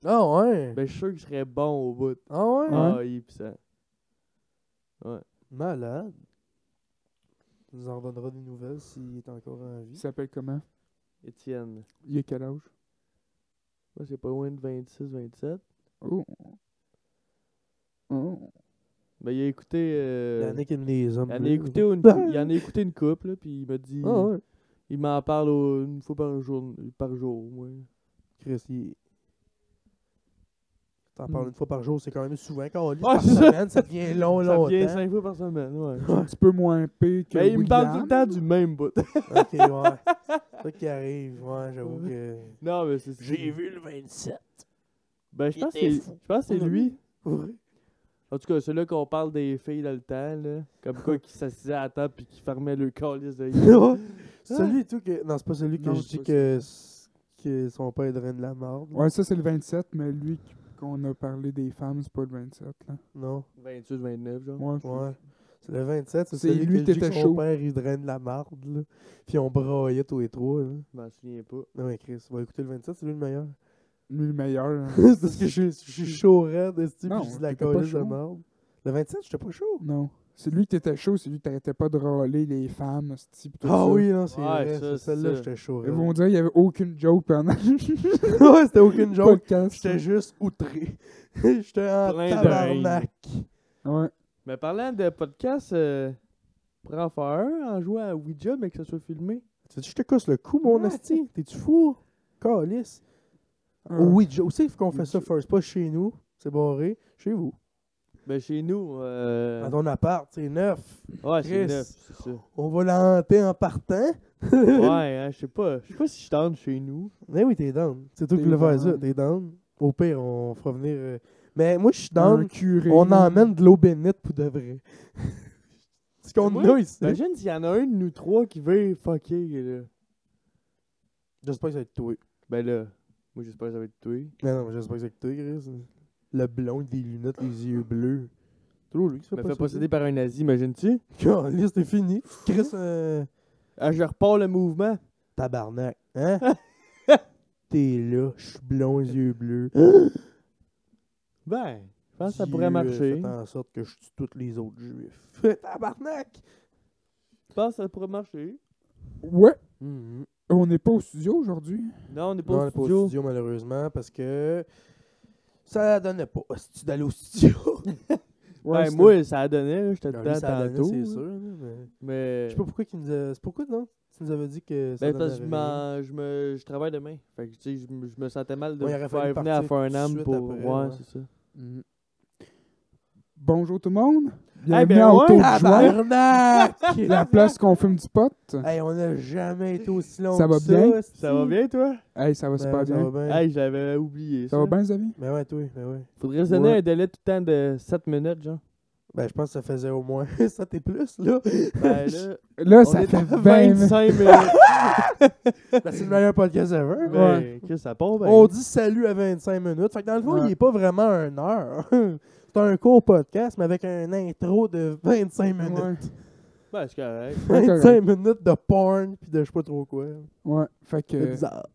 Speaker 2: Ah ouais.
Speaker 1: Ben, je suis sûr que je serais bon au bout.
Speaker 2: Ah ouais.
Speaker 1: Ah, il pis ça.
Speaker 2: Malade. Il nous en donnera des nouvelles s'il est encore en
Speaker 3: Il
Speaker 2: vie.
Speaker 3: s'appelle comment?
Speaker 1: Étienne.
Speaker 3: Il est quel âge?
Speaker 1: Moi, c'est pas loin de 26, 27.
Speaker 3: Oh. Oh.
Speaker 1: Ben, il a écouté. euh,
Speaker 2: Yannick aime les hommes.
Speaker 1: il, en a
Speaker 2: bleus.
Speaker 1: écouté une, il en a écouté une couple, là, puis il m'a dit.
Speaker 2: Ah ouais.
Speaker 1: Il m'en parle au- une fois par jour, par jour, ouais.
Speaker 2: Chris, il- T'en
Speaker 1: Hmm.
Speaker 2: parles une fois par jour, c'est quand même souvent. Quand on lit
Speaker 1: Ouais,
Speaker 2: par
Speaker 1: c'est ça.
Speaker 2: semaine, ça devient long,
Speaker 1: Ça
Speaker 2: long.
Speaker 1: vient cinq fois par semaine, ouais.
Speaker 3: Un petit peu moins pire que
Speaker 2: Ben,
Speaker 1: Mais il me parle tout
Speaker 3: William.
Speaker 1: le temps du même bout.
Speaker 2: Ok, ouais. C'est ça qui arrive, ouais, j'avoue que.
Speaker 1: non, mais c'est
Speaker 2: vu le 27.
Speaker 1: Ben, je
Speaker 2: il
Speaker 1: pense que
Speaker 2: était
Speaker 1: c'est-
Speaker 2: fou.
Speaker 1: je pense que c'est lui.
Speaker 2: Ouais.
Speaker 1: En tout cas, celui-là qu'on parle des filles dans le temps, là. Comme quoi, qui s'assisaient à la table puis qui fermaient le calice de
Speaker 2: celui, tout que. Non, c'est pas celui que
Speaker 3: Ah. Non,
Speaker 2: je
Speaker 3: c'est
Speaker 2: dis
Speaker 3: pas
Speaker 2: que... s- que son père est drain de la mort. là.
Speaker 3: Ouais, ça c'est le 27, mais lui qui- qu'on a parlé des femmes, c'est pas le 27. Là.
Speaker 2: Non,
Speaker 1: 28, 29, genre.
Speaker 3: Ouais,
Speaker 2: ouais. C'est le 27, c'est
Speaker 3: C'est
Speaker 2: celui
Speaker 3: lui
Speaker 2: que je dis
Speaker 3: qui
Speaker 2: que
Speaker 3: était
Speaker 2: son
Speaker 3: chaud.
Speaker 2: père, il draine de la marde, là. Puis on braillait tous les trois, là.
Speaker 1: Je m'en souviens pas.
Speaker 2: Non, mais Chris, on va écouter le 27, c'est lui le meilleur.
Speaker 3: lui le meilleur. hein.
Speaker 2: c'est parce que je, suis- je suis chaud raide, esti, puis
Speaker 3: Non,
Speaker 2: je dis de la
Speaker 3: t'étais pas
Speaker 2: colisse de
Speaker 3: chaud.
Speaker 2: marde. Le 27, j'étais pas chaud.
Speaker 3: non. C'est lui qui était chaud, c'est lui qui t'arrêtait pas de râler les femmes, ce type. tout
Speaker 2: Ah
Speaker 3: ça.
Speaker 2: oui, non, c'est
Speaker 1: Ouais, ça,
Speaker 2: vrai, c'est
Speaker 1: c'est
Speaker 2: celle-là,
Speaker 1: ça.
Speaker 2: j'étais chaud
Speaker 3: Ils
Speaker 2: raide.
Speaker 3: vont dire qu'il y avait aucune joke pendant le
Speaker 2: ouais, c'était aucune joke.
Speaker 3: podcast.
Speaker 2: J'étais juste outré. J'étais en
Speaker 1: Plein
Speaker 2: tabarnak.
Speaker 3: Ouais.
Speaker 1: Mais parlant de podcast, euh, prends en faire un en jouant à Ouija, mais que ça soit filmé.
Speaker 2: Tu veux-tu que je te casse le cou, mon
Speaker 1: Ouais.
Speaker 2: esti? T'es-tu fou? Calice.
Speaker 3: Ah.
Speaker 2: Oui, Joe, c'est qu'on fait ça
Speaker 3: Ouija.
Speaker 2: first. Pas chez nous, c'est barré. Chez vous.
Speaker 1: Ben, chez nous, euh...
Speaker 2: Dans ton appart, c'est neuf.
Speaker 1: Ouais, c'est
Speaker 2: Chris.
Speaker 1: neuf, c'est ça.
Speaker 2: On va la hanter en partant.
Speaker 1: ouais, hein, je sais pas. Je sais pas si je tente chez nous.
Speaker 2: Mais Eh oui, t'es down. C'est toi qui
Speaker 3: T'es
Speaker 2: le faire ça.
Speaker 3: down.
Speaker 2: T'es down. Au pire, on fera venir. euh, Mais moi, je suis
Speaker 3: Un
Speaker 2: down.
Speaker 3: curé.
Speaker 2: On emmène de l'eau bénite pour de vrai. Ce qu'on
Speaker 1: Moi,
Speaker 2: a ici.
Speaker 1: Imagine s'il y en a un de nous trois qui veut fucker, là.
Speaker 2: J'espère que ça va être toi.
Speaker 1: Ben là, moi j'espère que ça va être toi.
Speaker 2: Non, non, mais j'espère que ça va être toi, Chris. Le blond, avec des lunettes, les yeux bleus. Toujours lui qui
Speaker 1: Je
Speaker 2: se
Speaker 1: me fais
Speaker 2: posséder.
Speaker 1: posséder par un nazi, imagines-tu?
Speaker 2: Caliste, c'est fini.
Speaker 1: Mhm.
Speaker 2: Chris, euh,
Speaker 1: Ah, je repars le mouvement.
Speaker 2: tabarnak. Hein? T'es là, je suis blond, les yeux bleus.
Speaker 1: Ben, je pense que ça
Speaker 2: Dieu,
Speaker 1: pourrait
Speaker 2: euh,
Speaker 1: marcher.
Speaker 2: Faites en sorte que je tue tous les autres juifs. tabarnak!
Speaker 1: Je pense que ça pourrait marcher.
Speaker 3: Ouais.
Speaker 2: Mhm.
Speaker 3: On n'est pas au studio aujourd'hui.
Speaker 1: Non, on n'est pas
Speaker 2: Non, on
Speaker 1: au
Speaker 2: est pas
Speaker 1: studio.
Speaker 2: au studio, malheureusement, parce que ça donnait pas. Si d'aller au studio,
Speaker 1: Ben,
Speaker 3: c'était-
Speaker 1: moi, ça a donné, là, j'étais
Speaker 2: Lui,
Speaker 1: dedans
Speaker 2: ça a donné,
Speaker 1: tantôt.
Speaker 2: c'est
Speaker 1: là.
Speaker 2: sûr. là, mais-
Speaker 1: Mais.
Speaker 2: Je sais pas pourquoi qu'il nous a... C'est pourquoi, non? Tu nous avais dit que ça
Speaker 1: Ben, parce que je,
Speaker 2: donnerait rien.
Speaker 1: m'en- je me, je travaille demain. Fait que, tu sais, je, me- je me sentais mal de
Speaker 2: Ouais, il
Speaker 1: vous
Speaker 2: aurait
Speaker 1: faire
Speaker 2: fallu
Speaker 1: venir à
Speaker 2: partir tout de
Speaker 1: Farnham
Speaker 2: suite
Speaker 1: pour.
Speaker 2: après,
Speaker 1: ouais,
Speaker 2: ouais.
Speaker 1: c'est ça.
Speaker 3: Mhm. Bonjour tout le monde.
Speaker 1: Eh ben
Speaker 3: Bienvenue à
Speaker 1: ouais. ben,
Speaker 3: Auto de Joie,
Speaker 2: Tabarnak!
Speaker 3: la place qu'on fume du pot.
Speaker 2: Hey, on n'a jamais été aussi long
Speaker 3: Ça
Speaker 2: que
Speaker 3: va bien?
Speaker 2: esti.
Speaker 1: Ça va bien, toi?
Speaker 3: Hey, ça va
Speaker 2: Ben,
Speaker 3: super
Speaker 2: ça
Speaker 3: bien.
Speaker 2: va bien.
Speaker 1: Hey, j'avais oublié.
Speaker 3: Ça va bien, les amis?
Speaker 2: Ben ouais, toi, ben ouais.
Speaker 1: Faudrait se donner
Speaker 2: Ouais.
Speaker 1: un délai tout le temps de 7 minutes, genre.
Speaker 2: Ben, je pense que ça faisait au moins ça t'es plus, là.
Speaker 1: Ben là,
Speaker 3: Là,
Speaker 1: on
Speaker 3: ça
Speaker 1: est à
Speaker 3: fait 20
Speaker 1: 25 minutes.
Speaker 2: Ben, c'est le meilleur podcast ever.
Speaker 1: Ben, que ça part, ben.
Speaker 2: On dit salut à 25 minutes. Fait que dans le fond,
Speaker 3: Ouais.
Speaker 2: il est pas vraiment un heure. C'est un court podcast, mais avec un intro de 25 minutes.
Speaker 3: Ouais.
Speaker 1: Ben, c'est correct.
Speaker 3: Ouais,
Speaker 2: 25 minutes de porn pis de je sais pas trop quoi.
Speaker 3: Ouais, fait
Speaker 2: C'est
Speaker 3: que. Ça
Speaker 2: bizarre.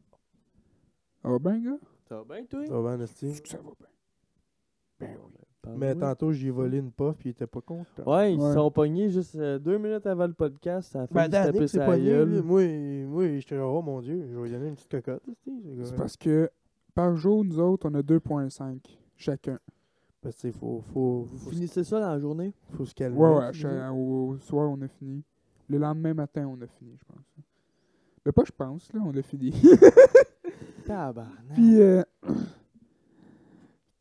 Speaker 3: va bien, gars?
Speaker 1: Ça va bien, toi?
Speaker 2: Ça va bien, esti.
Speaker 3: Ça va bien. Ben oui.
Speaker 2: Ah Mais tantôt, j'ai volé une puff pis il était pas content.
Speaker 1: Ouais, ils se
Speaker 3: Ouais.
Speaker 1: sont pognés juste euh, deux minutes avant le podcast. Ça a
Speaker 2: Ben,
Speaker 1: failli se
Speaker 2: Danick,
Speaker 1: taper
Speaker 2: c'est
Speaker 1: sa
Speaker 2: pas nul.
Speaker 1: gueule.
Speaker 2: lui. Moi, moi j'étais genre, oh mon dieu, je vais lui donner une petite cocotte. esti.
Speaker 3: C'est
Speaker 2: correct.
Speaker 3: parce que par jour, nous autres, on a 2,5 chacun.
Speaker 2: Parce que faut, faut,
Speaker 1: Vous
Speaker 2: faut,
Speaker 1: finissez ça dans la journée?
Speaker 2: se- faut se calmer.
Speaker 3: Ouais, ouais. cha- Au, au soir, on a fini. Le lendemain matin, on a fini, je pense. Mais pas je pense, là, on a fini.
Speaker 1: Tabarnak.
Speaker 3: Puis. euh,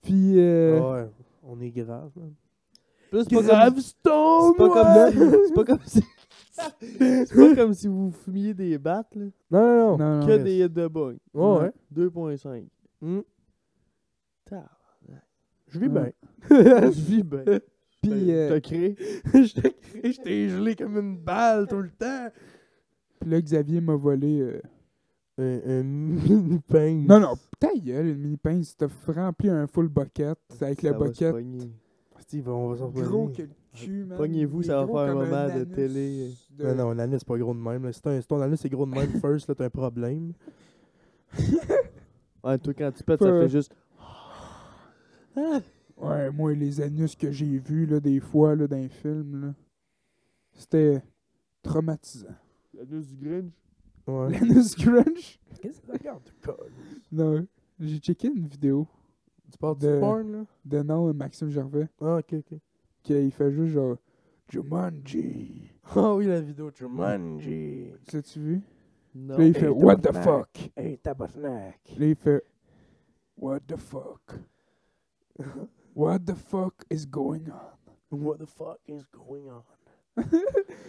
Speaker 3: Puis. euh,
Speaker 2: Ah ouais, on est grave. man.
Speaker 1: Plus, c'est pas comme-
Speaker 2: Stone!
Speaker 1: C'est pas comme si. C'est pas comme si. c'est pas comme si vous fumiez des battes, là.
Speaker 2: Non, non, non.
Speaker 3: Non, non.
Speaker 1: que
Speaker 2: Chris.
Speaker 1: des hits de bug.
Speaker 2: Ouais, ouais.
Speaker 1: 2.5.
Speaker 2: Hmm.
Speaker 1: Tab-
Speaker 2: Je vis bien.
Speaker 3: Ouais.
Speaker 1: Je vis bien.
Speaker 2: Ben,
Speaker 3: Puis, euh,
Speaker 1: T'as créé.
Speaker 2: Je t'ai crié, je t'ai gelé comme une balle tout le temps.
Speaker 3: puis là, Xavier m'a volé. euh,
Speaker 2: Un, un mini pince.
Speaker 3: Non, non, ta gueule, une mini pince. T'as rempli un full bucket avec
Speaker 1: Ah, Ça
Speaker 3: le
Speaker 1: va se
Speaker 3: bucket.
Speaker 1: pogner.
Speaker 2: Steve, on va s'en
Speaker 3: Gros
Speaker 2: revenir.
Speaker 3: que le cul, man.
Speaker 1: Pognez-vous,
Speaker 3: Il est
Speaker 1: ça va
Speaker 3: gros
Speaker 1: faire un
Speaker 3: comme
Speaker 1: moment de
Speaker 3: anus
Speaker 1: télé. euh,
Speaker 3: de-
Speaker 2: Non, non, l'anus, c'est pas gros de même. là. Si, ton- si ton anus est gros de même first, là, t'as un problème.
Speaker 1: Ouais, toi, quand tu pètes, ça
Speaker 3: Peu.
Speaker 1: fait juste. Ah,
Speaker 3: Ouais, moi, les anus que j'ai vus, là, des fois, là, dans les films, là, c'était traumatisant.
Speaker 1: La news du Grinch.
Speaker 2: Ouais.
Speaker 3: L'anus grunge?
Speaker 2: Qu'est-ce que ça regarde, tu colles?
Speaker 3: Non. J'ai checké une vidéo
Speaker 2: Tu parles
Speaker 3: De-
Speaker 2: du porn, là?
Speaker 3: de non Maxime Gervais
Speaker 2: Ah, ok, ok.
Speaker 3: qu'il fait juste genre Jumanji.
Speaker 2: Ah oui, la vidéo de Jumanji.
Speaker 3: Ça, tu vu?
Speaker 1: Non.
Speaker 3: Là, il fait
Speaker 2: Et
Speaker 3: What the
Speaker 2: tabarnak.
Speaker 3: fuck?
Speaker 2: Hey, tabarnak.
Speaker 3: Là, il fait What the fuck? What the fuck is going on?
Speaker 2: What the fuck is going on?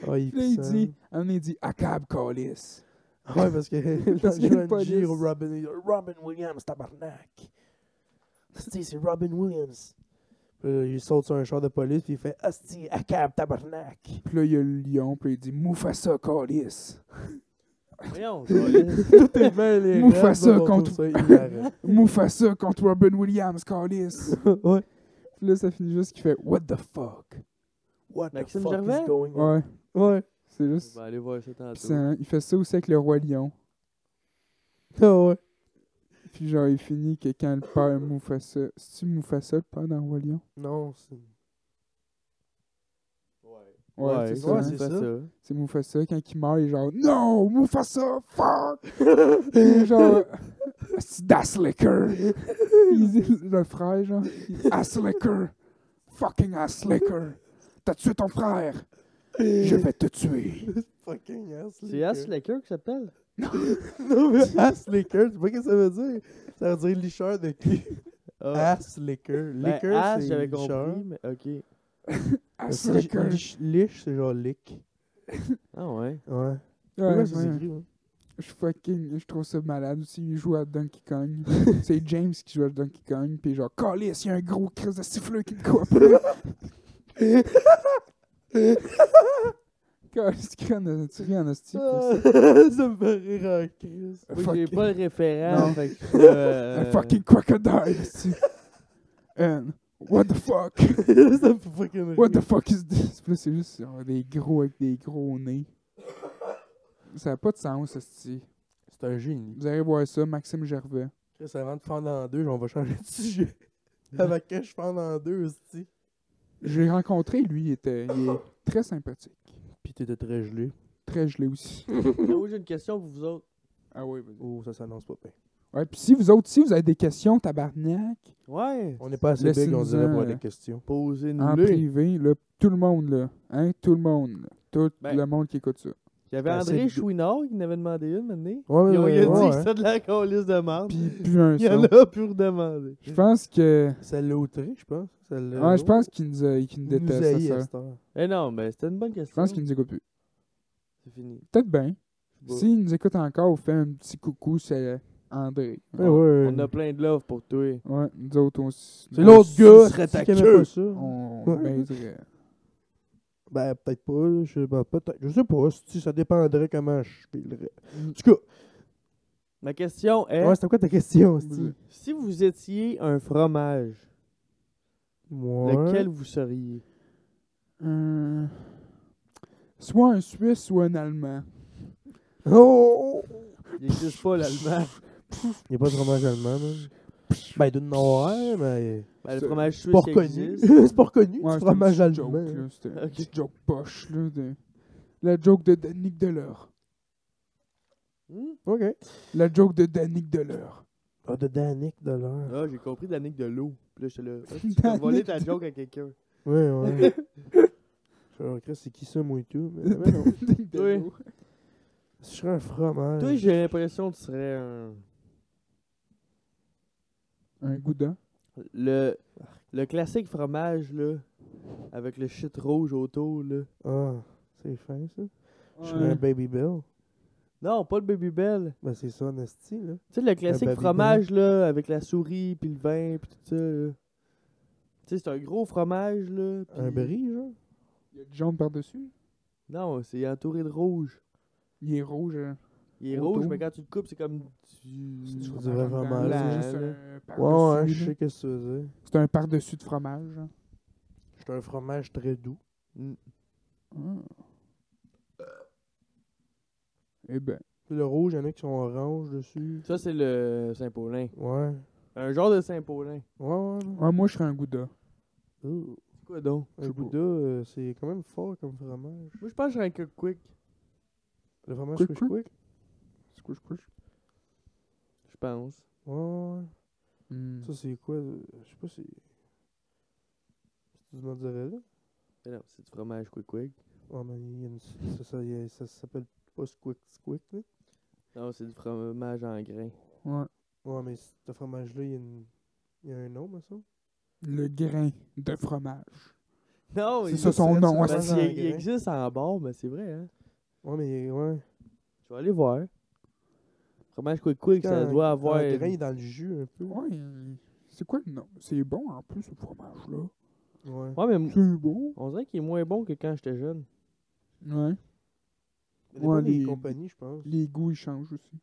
Speaker 2: Ah, il
Speaker 3: Puis Là, il
Speaker 2: pisse,
Speaker 3: dit, à un moment, il dit Acab Callis.
Speaker 2: hein. Ouais, parce que
Speaker 3: Parce
Speaker 2: parce
Speaker 3: qu'il y a une
Speaker 2: que
Speaker 3: police.
Speaker 2: G, Robin, il dit, Robin Williams, tabarnak. Asti, c'est Robin Williams. Puis là, il saute sur un char de police, puis il fait Asti, accable, tabarnak.
Speaker 3: Puis là, il y a le lion, puis il dit Mufasa Callis.
Speaker 1: Voyons,
Speaker 2: Tout est bien, les
Speaker 3: Mufasa contre-
Speaker 2: contre.
Speaker 3: Mufasa contre Robin Williams Callis.
Speaker 2: ouais.
Speaker 3: Puis là, ça finit juste qu'il fait What the fuck?
Speaker 2: What the
Speaker 1: Maxime
Speaker 2: fuck
Speaker 1: Gervais?
Speaker 2: is going on?
Speaker 3: Ouais,
Speaker 2: Ouais.
Speaker 3: c'est
Speaker 1: je
Speaker 3: juste.
Speaker 1: vais aller voir ça
Speaker 3: Puis
Speaker 1: tantôt.
Speaker 3: ça- il fait ça aussi avec le roi lion.
Speaker 2: Ah ouais.
Speaker 3: Puis genre, il finit que quand le père Mufasa. C'est-tu Mufasa le père dans Roi Lion?
Speaker 2: Non, c'est.
Speaker 3: Ouais, c'est ça.
Speaker 2: ouais,
Speaker 3: hein.
Speaker 2: c'est
Speaker 1: fait
Speaker 2: ça.
Speaker 3: C'est Mufasa quand il meurt, il est genre Non, Mufasa, fuck! Il est genre C'est Daslicker! Il dit le frère, genre Aslicker! Fucking Aslicker! T'as tué ton frère! Je vais te tuer!
Speaker 2: Fucking ass.
Speaker 1: C'est Ass Lecker qui s'appelle?
Speaker 2: Non, mais ass liquor, tu sais pas ce que ça veut dire? Ça veut dire licheur de cul.
Speaker 1: Ah.
Speaker 2: Ass liquor.
Speaker 1: Ben,
Speaker 2: Liquor,
Speaker 1: Ass,
Speaker 2: c'est
Speaker 1: j'avais
Speaker 2: licheur.
Speaker 1: compris, mais ok.
Speaker 2: Parce que
Speaker 3: Aslicker!
Speaker 2: lich- Lich, c'est genre lick.
Speaker 1: Ah ouais.
Speaker 2: Ouais.
Speaker 3: Ouais,
Speaker 2: Comment ça
Speaker 3: ouais.
Speaker 2: s'écrit, hein?
Speaker 3: Je fucking, je trouve ça malade aussi. Il joue à Donkey Kong. c'est James qui joue à Donkey Kong. Puis genre, Callis, il y a un gros crise de siffleux qui me coupe. Callis, tu en as tu ris en hostie pour
Speaker 1: Ah.
Speaker 3: ça.
Speaker 2: Ça me fait rire en crise.
Speaker 3: Un
Speaker 1: Moi, j'ai
Speaker 3: fucking-
Speaker 1: pas le référent,
Speaker 3: Non.
Speaker 1: fait que, euh,
Speaker 3: Un fucking crocodile, hostie. And what the fuck?
Speaker 2: Ça me fait fucking rire.
Speaker 3: What the fuck is this? Puis là, c'est juste genre, des gros avec des gros nez. Ça n'a pas de sens, hostie.
Speaker 2: C'est un génie.
Speaker 3: Vous allez voir ça, Maxime Gervais.
Speaker 2: Chris, avant de fendre en deux, on va changer de sujet. Avant que je fende en deux, aussi.
Speaker 3: Je l'ai rencontré, lui, il, était, il est très sympathique.
Speaker 2: Pis t'étais très gelé.
Speaker 3: Très gelé aussi.
Speaker 1: Yo, j'ai une question pour vous autres.
Speaker 3: Ah oui, vas-y.
Speaker 2: Oh, ça s'annonce pas bien.
Speaker 3: Ouais, puis si vous autres, si vous avez des questions, tabarnak,
Speaker 1: Ouais.
Speaker 2: On n'est pas assez big,
Speaker 3: Laissez-nous
Speaker 2: on dirait, pour avoir
Speaker 3: un-
Speaker 2: des questions.
Speaker 3: en
Speaker 1: Posez-nous-le.
Speaker 3: privé, là, tout le monde, là, hein, tout le monde, là, tout
Speaker 1: Ben.
Speaker 3: le monde qui écoute ça.
Speaker 1: Il y avait
Speaker 2: Ben,
Speaker 1: André
Speaker 2: c'est-
Speaker 1: Chouinard qui n'avait demandé une maintenant.
Speaker 2: Ouais,
Speaker 1: Ils ont-
Speaker 2: ouais,
Speaker 1: Il a dit
Speaker 2: ouais,
Speaker 1: que
Speaker 2: hein.
Speaker 1: c'était de la colisse de marde.
Speaker 3: Puis plus un
Speaker 1: Il y en
Speaker 3: son.
Speaker 1: a plus redemandé.
Speaker 3: Je pense que...
Speaker 2: Ça l'a outré, je pense. Ça l'a-
Speaker 3: Ouais, je pense qu'il nous, a- qu'il nous
Speaker 2: Euh, Il nous
Speaker 3: déteste,
Speaker 2: haït hein.
Speaker 3: ça,
Speaker 2: à
Speaker 3: ça.
Speaker 2: cette heure.
Speaker 1: Eh non, mais c'était une bonne
Speaker 3: Je
Speaker 1: question.
Speaker 3: pense qu'il nous écoute plus.
Speaker 1: C'est fini.
Speaker 3: Peut-être bien.
Speaker 1: Bon.
Speaker 3: S'il nous écoute encore, on fait un petit coucou, c'est André.
Speaker 2: Ben Ouais, ouais.
Speaker 1: On a plein de love pour toi.
Speaker 3: Ouais, nous autres, on... s-
Speaker 2: C'est l'autre
Speaker 1: Si
Speaker 2: gars.
Speaker 1: ce serait
Speaker 2: si
Speaker 1: ta
Speaker 2: qu'il aimait
Speaker 1: queue.
Speaker 2: pas ça.
Speaker 3: On
Speaker 2: Ouais.
Speaker 3: baiserait.
Speaker 2: Ben, peut-être pas. là, Je sais pas. Peut-être. Je sais pas. Si ça dépendrait comment je filerais. En tout cas,
Speaker 1: Ma question est
Speaker 2: ouais, c'était quoi ta question, Steve?
Speaker 3: Vas-y.
Speaker 1: si vous étiez un fromage,
Speaker 2: Ouais.
Speaker 1: lequel vous seriez
Speaker 3: Euh, Soit un Suisse, soit un Allemand.
Speaker 2: Oh!
Speaker 1: Il n'existe pas l'allemand.
Speaker 2: Il n'y a pas de fromage allemand, man. Ben, d'une noire, mais.
Speaker 1: Ben, le
Speaker 3: C'est
Speaker 1: fromage suisse
Speaker 2: Pas
Speaker 1: il
Speaker 2: reconnu.
Speaker 1: existe.
Speaker 2: C'est pas reconnu,
Speaker 3: Ouais,
Speaker 2: du
Speaker 3: c'était
Speaker 2: fromage
Speaker 3: une petite
Speaker 2: allemand.
Speaker 3: joke, là, C'était une
Speaker 1: Ok.
Speaker 3: petite joke poche, là. De... La joke de Danick Delors.
Speaker 1: Hmm?
Speaker 2: Ok.
Speaker 3: La joke de Danick Delors.
Speaker 2: Ah, de Danick de l'heure.
Speaker 1: Ah, j'ai compris Danick de l'eau. Puis là, j'étais là. Ah, tu peux voler ta joke à quelqu'un.
Speaker 2: Ouais, ouais. Je me demande, c'est qui ça, moi et tout. Mais, mais non.
Speaker 3: Danick Delors.
Speaker 2: Si je serais un fromage.
Speaker 1: Toi, j'ai l'impression que tu serais un.
Speaker 3: Un goudin.
Speaker 1: Le, le classique fromage, là. Avec le shit rouge autour, là.
Speaker 2: Ah, c'est fin, ça. Je serais un
Speaker 3: Ouais.
Speaker 2: Baby Bell.
Speaker 1: Non, pas le Baby Bell.
Speaker 2: Ben, c'est ça, Nasty, là.
Speaker 1: Tu sais, le classique
Speaker 2: Baby
Speaker 1: fromage, là, avec la souris, puis le vin, puis tout ça, là. Tu sais, c'est un gros fromage, là. puis-
Speaker 2: Un brie, genre.
Speaker 3: Il y a du jaune par-dessus.
Speaker 1: Non, c'est entouré de rouge.
Speaker 3: Il est rouge. hein.
Speaker 1: Il est
Speaker 3: Autour.
Speaker 1: rouge, mais quand tu le coupes, c'est comme
Speaker 3: C'est
Speaker 1: du...
Speaker 2: du-
Speaker 3: fromage
Speaker 2: vrai
Speaker 3: en dedans,
Speaker 2: fromage,
Speaker 1: là,
Speaker 3: là, C'est juste
Speaker 1: là.
Speaker 3: un
Speaker 2: Ouais, ouais,
Speaker 3: par-dessus.
Speaker 2: je
Speaker 3: là.
Speaker 2: sais qu'est-ce que tu veux dire.
Speaker 3: C'est un par-dessus de fromage. hein.
Speaker 2: C'est un fromage très doux.
Speaker 1: Mm.
Speaker 2: Euh.
Speaker 3: Eh ben.
Speaker 2: Puis Le rouge, il y en a qui sont orange dessus.
Speaker 1: Ça, c'est le Saint-Paulin.
Speaker 2: Ouais.
Speaker 1: Un genre de Saint-Paulin.
Speaker 2: Ouais, ouais. ouais.
Speaker 3: Ouais, moi, je serais un gouda.
Speaker 2: Oh.
Speaker 1: C'est quoi donc?
Speaker 3: Je
Speaker 2: Un
Speaker 3: sais pas.
Speaker 2: Bouddha, euh, c'est quand même fort comme fromage.
Speaker 1: Moi, je pense que je serais un Cook Quick.
Speaker 2: Le fromage
Speaker 3: Quick,
Speaker 2: quick quick?
Speaker 3: quick.
Speaker 2: quick?
Speaker 3: Squish, squish.
Speaker 1: Je pense.
Speaker 2: Ouais, ouais.
Speaker 3: Hmm.
Speaker 2: Ça, c'est quoi? euh, Je sais pas, c'est. C'est du mozzarella?
Speaker 1: Mais non, c'est du fromage quick quick.
Speaker 2: Oh, mais il y a une- c'est ça, il y a- ça s'appelle pas Squick Squick, là.
Speaker 1: Non, c'est du fromage en grain.
Speaker 3: Ouais.
Speaker 2: Ouais, mais c- ce fromage-là, il y, a une- il y a un nom, me semble.
Speaker 3: Le grain de fromage.
Speaker 1: Non,
Speaker 3: C'est
Speaker 1: il-
Speaker 3: ça son nom,
Speaker 1: parce
Speaker 2: fromage
Speaker 1: qu'il-
Speaker 2: en
Speaker 1: il,
Speaker 2: grain.
Speaker 1: existe en bord, mais c'est vrai, hein.
Speaker 2: Ouais, mais ouais.
Speaker 1: Je vais aller voir. Fromage quick quick, ça
Speaker 2: Quand-
Speaker 1: doit avoir.
Speaker 2: quand Le grain est dans le jus, un peu.
Speaker 3: Ouais. euh, C'est quoi le nom? C'est bon en plus, ce fromage-là.
Speaker 2: Ouais.
Speaker 1: Ouais, mais m-
Speaker 3: C'est bon.
Speaker 1: on dirait qu'il est moins bon que quand j'étais jeune.
Speaker 3: Ouais.
Speaker 2: Ça dépend
Speaker 3: Ouais,
Speaker 2: des
Speaker 3: les-
Speaker 2: compagnies, je pense.
Speaker 3: Les goûts, ils changent aussi.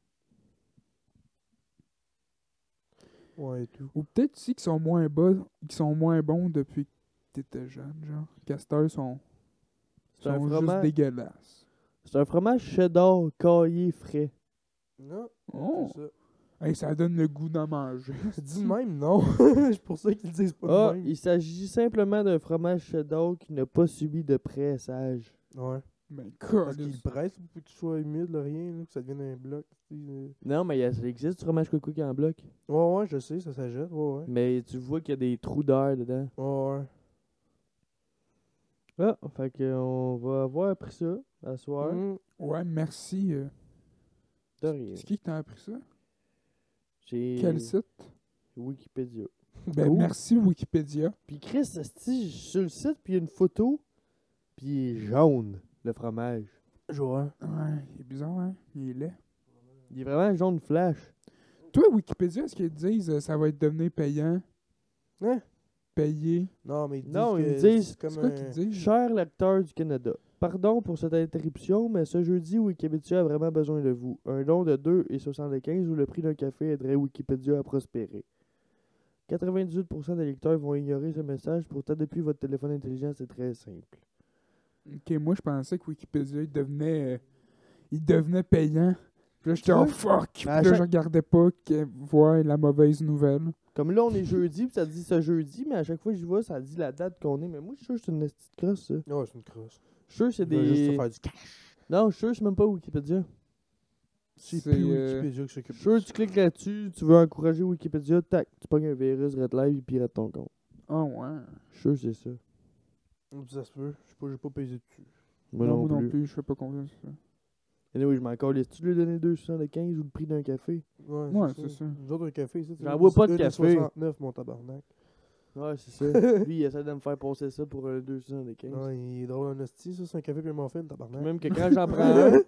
Speaker 2: Ouais, et tout.
Speaker 3: Ou peut-être aussi qu'ils sont moins bas, qu'ils sont moins bons depuis que t'étais jeune, genre. Castor sont,
Speaker 1: C'est un
Speaker 2: Ben,
Speaker 3: sont juste
Speaker 1: fromage-
Speaker 3: dégueulasses.
Speaker 1: C'est un fromage cheddar caillé frais.
Speaker 2: Non,
Speaker 3: Oh!
Speaker 2: c'est ça.
Speaker 3: Hey, ça donne le goût d'en manger.
Speaker 2: Dis de même, non. c'est pour ça qu'ils le disent pas
Speaker 1: Ah,
Speaker 2: de même.
Speaker 1: il s'agit simplement d'un fromage cheddar qui n'a pas subi de pressage.
Speaker 2: Ouais.
Speaker 3: Mais
Speaker 2: Parce
Speaker 3: colis.
Speaker 2: qu'ils pressent pour qu'il soit humide, là, rien, là, que ça devienne un bloc. tu sais, euh.
Speaker 1: Non, mais il y a- ça existe du fromage coucou qui est en bloc.
Speaker 2: Ouais, ouais, je sais, ça s'ajoute. Ouais, ouais.
Speaker 1: Mais tu vois qu'il y a des trous d'air dedans.
Speaker 2: Ouais, ouais.
Speaker 1: Ah, fait que on va avoir appris ça à soir.
Speaker 2: Mm.
Speaker 3: Ouais, merci. euh,
Speaker 1: De rien.
Speaker 3: C'est qui qui t'a appris ça?
Speaker 1: J'ai
Speaker 3: Quel site?
Speaker 1: Wikipédia.
Speaker 3: Ben,
Speaker 1: Ouh.
Speaker 3: merci Wikipédia.
Speaker 1: Puis Chris, esti, je suis sur le site, puis il y a une photo, puis il est jaune, le fromage.
Speaker 2: Joie.
Speaker 3: Ouais, il est bizarre, hein? Il est laid.
Speaker 1: Il est vraiment jaune flash.
Speaker 3: Toi, Wikipédia, est-ce qu'ils te disent euh, ça va être devenu payant?
Speaker 2: Hein?
Speaker 3: Payé?
Speaker 2: Non, mais ils disent
Speaker 1: Non, ils
Speaker 2: que
Speaker 1: me disent-
Speaker 2: c'est comme
Speaker 3: C'est quoi
Speaker 2: un-
Speaker 3: qu'ils disent?
Speaker 1: Cher lecteur du Canada, pardon pour cette interruption, mais ce jeudi, Wikipédia a vraiment besoin de vous. Un don de 2,75 ou le prix d'un café aiderait Wikipédia à prospérer. 98% des lecteurs vont ignorer ce message, pourtant depuis votre téléphone intelligent, c'est très simple.
Speaker 3: Ok, moi, je pensais que Wikipédia, il devenait, euh, il devenait payant. Puis là, j'étais oh
Speaker 1: Ouais.
Speaker 3: fuck! Puis
Speaker 1: Ben,
Speaker 3: là,
Speaker 1: à chaque-
Speaker 3: je regardais pas que, voir la mauvaise nouvelle.
Speaker 1: Comme là, on est jeudi, puis ça dit ce jeudi, mais à chaque fois que je vois, ça dit la date qu'on est. Mais moi, je suis sûr que c'est une petite crosse, ça.
Speaker 2: Ouais, c'est une crosse.
Speaker 1: Je suis sûr que c'est
Speaker 2: Ils veulent juste se
Speaker 1: des.
Speaker 2: faire du cash.
Speaker 1: Non, je suis sûr que c'est même pas Wikipédia.
Speaker 2: C'est
Speaker 3: C'est,
Speaker 2: plus
Speaker 3: euh,
Speaker 2: Wikipédia qui
Speaker 1: Je
Speaker 2: s'occupe
Speaker 1: suis
Speaker 2: de
Speaker 1: sûr que tu cliques là-dessus, tu veux encourager Wikipédia, tac, tu pognes un virus, Red Live, il pirate ton compte.
Speaker 3: Ah ouais.
Speaker 1: Je suis sûr que c'est ça.
Speaker 2: ça. Ça se peut. Je sais pas, j'ai pas pesé dessus.
Speaker 1: Moi
Speaker 3: non,
Speaker 1: non,
Speaker 3: moi
Speaker 1: plus.
Speaker 3: non plus, je fais pas confiance. à ça.
Speaker 1: Anyway, je m'en calisse. Tu lui donner 275 ou le prix d'un café?
Speaker 2: Ouais,
Speaker 3: Ouais, c'est ça.
Speaker 2: Nous autres, un café, ça.
Speaker 1: J'en bois pas de café.
Speaker 2: 69, mon tabarnak.
Speaker 1: Ouais, c'est ça. Lui, il essaie de me faire passer ça pour un 275.
Speaker 2: Non, il est drôle en hostie, ça, c'est un café puis un muffin, tabarnak.
Speaker 1: Même que quand j'en prends un,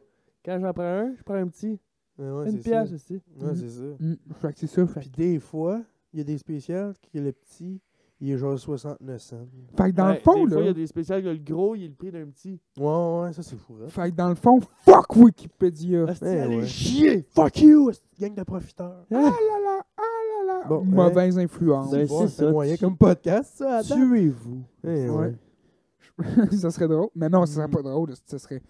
Speaker 1: quand j'en prends un, je prends un petit.
Speaker 2: Ouais, ouais,
Speaker 1: une
Speaker 2: c'est
Speaker 1: pièce
Speaker 2: ça.
Speaker 1: aussi.
Speaker 2: Ouais, c'est ça.
Speaker 3: Hmm, Fait que c'est ça. Fait,
Speaker 2: Puis des fois, il y a des spéciales qui, le petit, il est genre 69 cents.
Speaker 3: fait que dans le
Speaker 1: Ouais,
Speaker 3: fond,
Speaker 1: Ben, des fois, il y
Speaker 3: là.
Speaker 1: a des spéciales, que le gros, il est le prix d'un petit.
Speaker 2: Ouais, ouais, ouais, ça, c'est fou, hein. Eh
Speaker 3: Fait que dans le fond, fuck Wikipédia.
Speaker 1: Asti,
Speaker 2: ouais.
Speaker 1: allez chier!
Speaker 2: Fuck you, esti, gang de profiteurs.
Speaker 3: Ah là là, ah là là.
Speaker 2: Bon, hein?
Speaker 3: Mauvaise influence.
Speaker 1: Ben,
Speaker 2: Bon,
Speaker 1: c'est
Speaker 2: c'est
Speaker 1: ça,
Speaker 2: moyen
Speaker 1: tu-
Speaker 2: comme podcast, ça, à date.
Speaker 1: Tuez-vous.
Speaker 2: Eh, ouais.
Speaker 3: Ouais. ça serait drôle. Mais non, ça serait
Speaker 2: Mm.
Speaker 3: pas drôle. Ça serait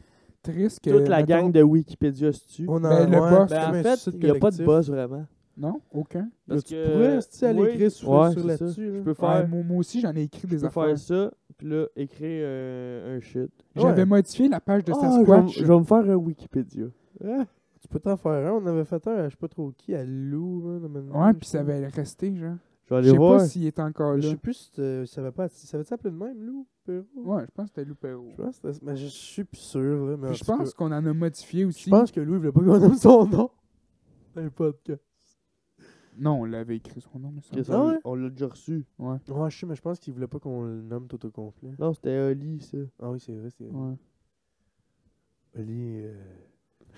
Speaker 3: triste que.
Speaker 1: Toute la
Speaker 3: mettons-
Speaker 1: gang de Wikipédia se tue.
Speaker 2: On
Speaker 3: Ben, le
Speaker 2: ouais,
Speaker 3: boss,
Speaker 2: c'est
Speaker 1: Ben, en
Speaker 2: comme un
Speaker 1: fait,
Speaker 2: suicide
Speaker 1: il n'y a pas de
Speaker 2: collectif.
Speaker 1: boss vraiment.
Speaker 3: Non, aucun.
Speaker 1: Parce
Speaker 2: tu
Speaker 1: que-
Speaker 2: pourrais, esti, aller
Speaker 1: oui.
Speaker 2: écrire sur,
Speaker 1: Ouais,
Speaker 2: sur
Speaker 1: c'est ça.
Speaker 2: là-dessus, là.
Speaker 1: Je peux
Speaker 3: Ouais,
Speaker 1: faire,
Speaker 3: moi, moi aussi, j'en ai écrit
Speaker 1: je
Speaker 3: des
Speaker 1: peux
Speaker 3: affaires.
Speaker 1: faire ça, puis là, écrire euh, un shit.
Speaker 3: J'avais
Speaker 2: Ouais.
Speaker 3: modifié la page de
Speaker 1: Ah, je
Speaker 3: Sasquatch.
Speaker 1: vais- je vais me faire un Wikipédia. Ah.
Speaker 2: Tu peux t'en faire un, on avait fait un, à je sais pas trop qui, à Lou, hein, le même-
Speaker 3: ouais, puis ça va rester, genre.
Speaker 1: Je vais
Speaker 3: Je
Speaker 1: aller
Speaker 3: sais
Speaker 1: voir.
Speaker 3: pas s'il est encore
Speaker 2: Je
Speaker 3: là.
Speaker 2: sais plus si tu savais pas, ça savais-tu appeler de même, Lou, Perrault?
Speaker 3: Ouais, je pense que c'était Loupéro.
Speaker 2: Je pense que c'était- mais je je suis plus sûr, là, mais en
Speaker 3: Puis Je
Speaker 2: tout cas,
Speaker 3: pense qu'on en a modifié
Speaker 2: Je
Speaker 3: aussi.
Speaker 2: pense que Louis voulait pas qu'on nomme son nom. Un podcast.
Speaker 3: Non, on l'avait écrit son nom, mais ça.
Speaker 1: Chris,
Speaker 2: Ah
Speaker 1: on-
Speaker 2: ouais?
Speaker 1: On l'a déjà reçu.
Speaker 3: Ouais.
Speaker 2: Ouais, je sais, mais je pense qu'il voulait pas qu'on le nomme tout au complet.
Speaker 1: Non, c'était Oli, ça.
Speaker 2: Ah oui, c'est vrai, c'est vrai.
Speaker 3: ouais.
Speaker 2: Oli,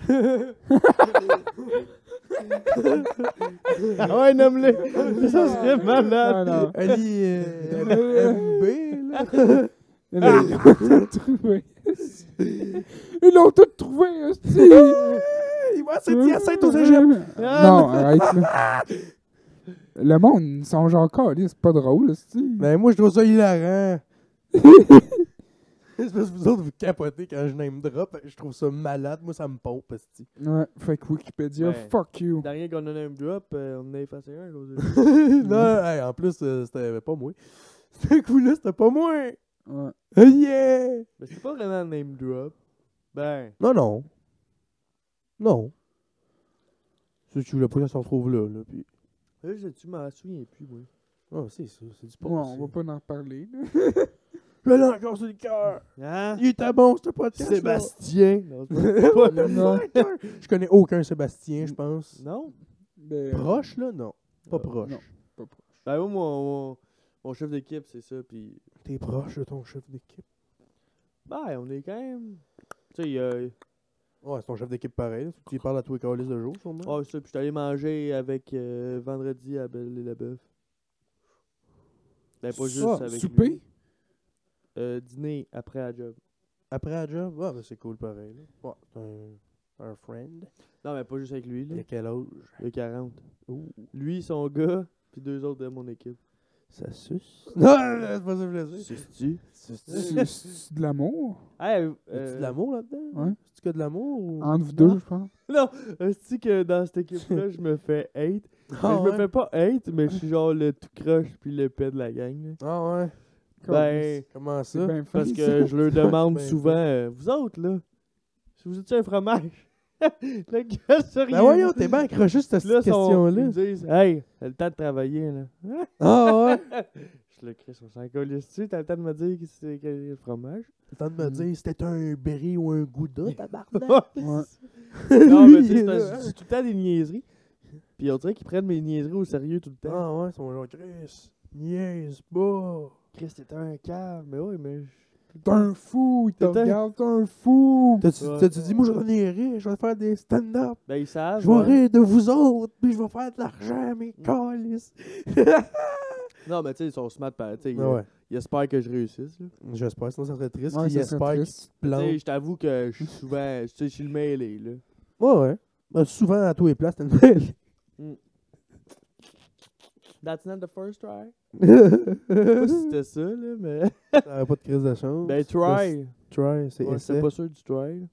Speaker 2: euh...
Speaker 1: Ah ouais, nomme-le. ça serait
Speaker 3: Ah,
Speaker 1: malade.
Speaker 3: non.
Speaker 2: Oli, euh... MB, là.
Speaker 3: Là, là, Ils l'ont tout trouvé. Ils l'ont tout trouvé, hostie.
Speaker 2: Il va à Saint-Hyacinthe aux Égyptes.
Speaker 3: Non, arrête, là. Le monde, ils sont genre calés, c'est pas drôle, hostie.
Speaker 2: Ben moi, je trouve ça hilarant. c'est parce que vous autres, vous capotez quand je name drop. Je trouve ça malade. Moi, ça me pompe, esti.
Speaker 3: Ouais, fait que Wikipédia,
Speaker 1: Ouais.
Speaker 3: fuck you.
Speaker 1: Dernier qu'on a un drop, euh, on a effacé un. à cause de-
Speaker 2: non, hey, en plus, euh, c'était pas moi. Ce coup-là, c'était pas moi.
Speaker 3: Ouais.
Speaker 2: Oh yeah!
Speaker 1: Mais c'est pas vraiment un name drop. Ben,
Speaker 2: Non, non. Non. Ceux qui voulaient pas, ça se retrouve là. là puis...
Speaker 1: là, je, tu m'en souviens plus, moi.
Speaker 2: Ah, c'est ça, c'est du
Speaker 3: Bon,
Speaker 2: porc,
Speaker 3: on va
Speaker 2: ça.
Speaker 3: pas en parler. là.
Speaker 2: Je l'ai encore sur le cœur.
Speaker 1: Hein?
Speaker 2: Il était bon, ce podcast. là.
Speaker 1: Sébastien. Non, c'est pas-
Speaker 3: Non, non.
Speaker 2: Je connais aucun Sébastien, je pense.
Speaker 1: non?
Speaker 3: Ben,
Speaker 2: Proche, là? Non. Pas
Speaker 1: Euh,
Speaker 2: proche.
Speaker 3: non. pas proche.
Speaker 1: Ben, moi, mon, mon, mon chef d'équipe, c'est ça. Puis,
Speaker 2: T'es proche de ton chef d'équipe.
Speaker 1: ben, on est quand même. Tu sais, il y a-
Speaker 2: Ouais, c'est ton chef d'équipe pareil. Tu lui parles à tous les calices de jour, sûrement.
Speaker 1: Ah, ça, puis je suis allé manger avec euh, vendredi à Belle et la Bœuf. Ben, pas juste
Speaker 3: Ah,
Speaker 1: avec.
Speaker 3: souper?
Speaker 1: lui. Euh, dîner après à job.
Speaker 2: Après à job, ouais, ben, c'est cool pareil. là. Ouais, c'est un, un friend.
Speaker 1: Non, mais pas juste avec lui, là.
Speaker 2: Il a quel âge?
Speaker 1: Il a 40. Lui, son gars, puis deux autres de mon équipe.
Speaker 2: Ça suce. Non, c'est pas ça que je voulais dire.
Speaker 1: C'est-tu? Mm.
Speaker 3: C'est- C'est de l'amour?
Speaker 1: Hey, euh,
Speaker 2: Y a-tu de l'amour là-dedans?
Speaker 3: Ouais. Ah,
Speaker 2: Est-ce qu'il y a de l'amour ou.
Speaker 3: Entre vous
Speaker 1: Non.
Speaker 3: deux, je pense.
Speaker 1: Est-ce que dans cette équipe-là, je me fais hate?
Speaker 2: Ah,
Speaker 1: Ben, je me fais pas hate, mais je suis genre le tout croche puis le pet de la gang. là.
Speaker 2: Ah ouais.
Speaker 1: Ben,
Speaker 2: Comment
Speaker 3: c'est
Speaker 2: ça?
Speaker 3: bien fin,
Speaker 1: parce
Speaker 3: ça.
Speaker 1: que je leur demande
Speaker 2: Ben,
Speaker 1: souvent, euh, vous autres, là, si vous étiez un fromage, le gars sérieux.
Speaker 2: Ben voyons, t'es bien accroché cette
Speaker 1: là,
Speaker 2: petite
Speaker 1: sont- ils
Speaker 2: question-là.
Speaker 1: me disent, hey, t'as le temps de travailler, là. Hein?
Speaker 2: Ah ouais?
Speaker 1: Je le crie sur 5 tu t'as le temps de me dire que c'est que le fromage.
Speaker 2: Le temps de me
Speaker 3: Mm.
Speaker 2: dire, c'était un brie ou un gouda, tabarnak.
Speaker 3: Ouais.
Speaker 1: Non, mais
Speaker 2: Lui,
Speaker 1: tu sais,
Speaker 2: il
Speaker 1: c'est
Speaker 2: est
Speaker 1: parce
Speaker 2: là,
Speaker 1: que je dis tout le temps des niaiseries. Puis on dirait qu'ils prennent mes niaiseries au sérieux tout le temps.
Speaker 2: Ah ouais, ils sont genre, Chris, niaise pas.
Speaker 1: Chris, t'es un cave, mais oui, mais.
Speaker 3: T'es un fou, il te
Speaker 1: T'es un-
Speaker 3: regarde, t'es un fou!
Speaker 2: T'as-tu
Speaker 1: Ouais.
Speaker 2: t'as-tu dit, moi, je vais devenir riche, je vais faire des stand-up,
Speaker 1: Ben, ils savent.
Speaker 2: je vais
Speaker 1: ouais.
Speaker 2: rire de vous autres, puis je vais faire de l'argent, mes
Speaker 1: Mm.
Speaker 2: calices.
Speaker 1: Non, mais tu sais, ils sont smart, pa- tu sais. ils-
Speaker 2: Ah ouais,
Speaker 1: Ils espèrent que je réussisse. là.
Speaker 2: j'espère, sinon ça serait triste
Speaker 3: Ouais,
Speaker 2: qu'ils
Speaker 3: ça serait
Speaker 2: espèrent qu'ils
Speaker 3: triste.
Speaker 2: se
Speaker 1: Tu sais,
Speaker 2: plantent.
Speaker 1: je t'avoue que je suis souvent. Tu sais, je suis le mêlé, là.
Speaker 2: Ouais, ouais. Ben, souvent, à tous les places, t'as une belle.
Speaker 1: That's not the first try. Je sais pas si
Speaker 2: T'avais
Speaker 1: c'était ça, là, mais.
Speaker 2: pas de crise de chance.
Speaker 1: Ben, try.
Speaker 2: Try, c'est
Speaker 1: Ouais,
Speaker 2: essai.
Speaker 1: J'étais pas sûr du try.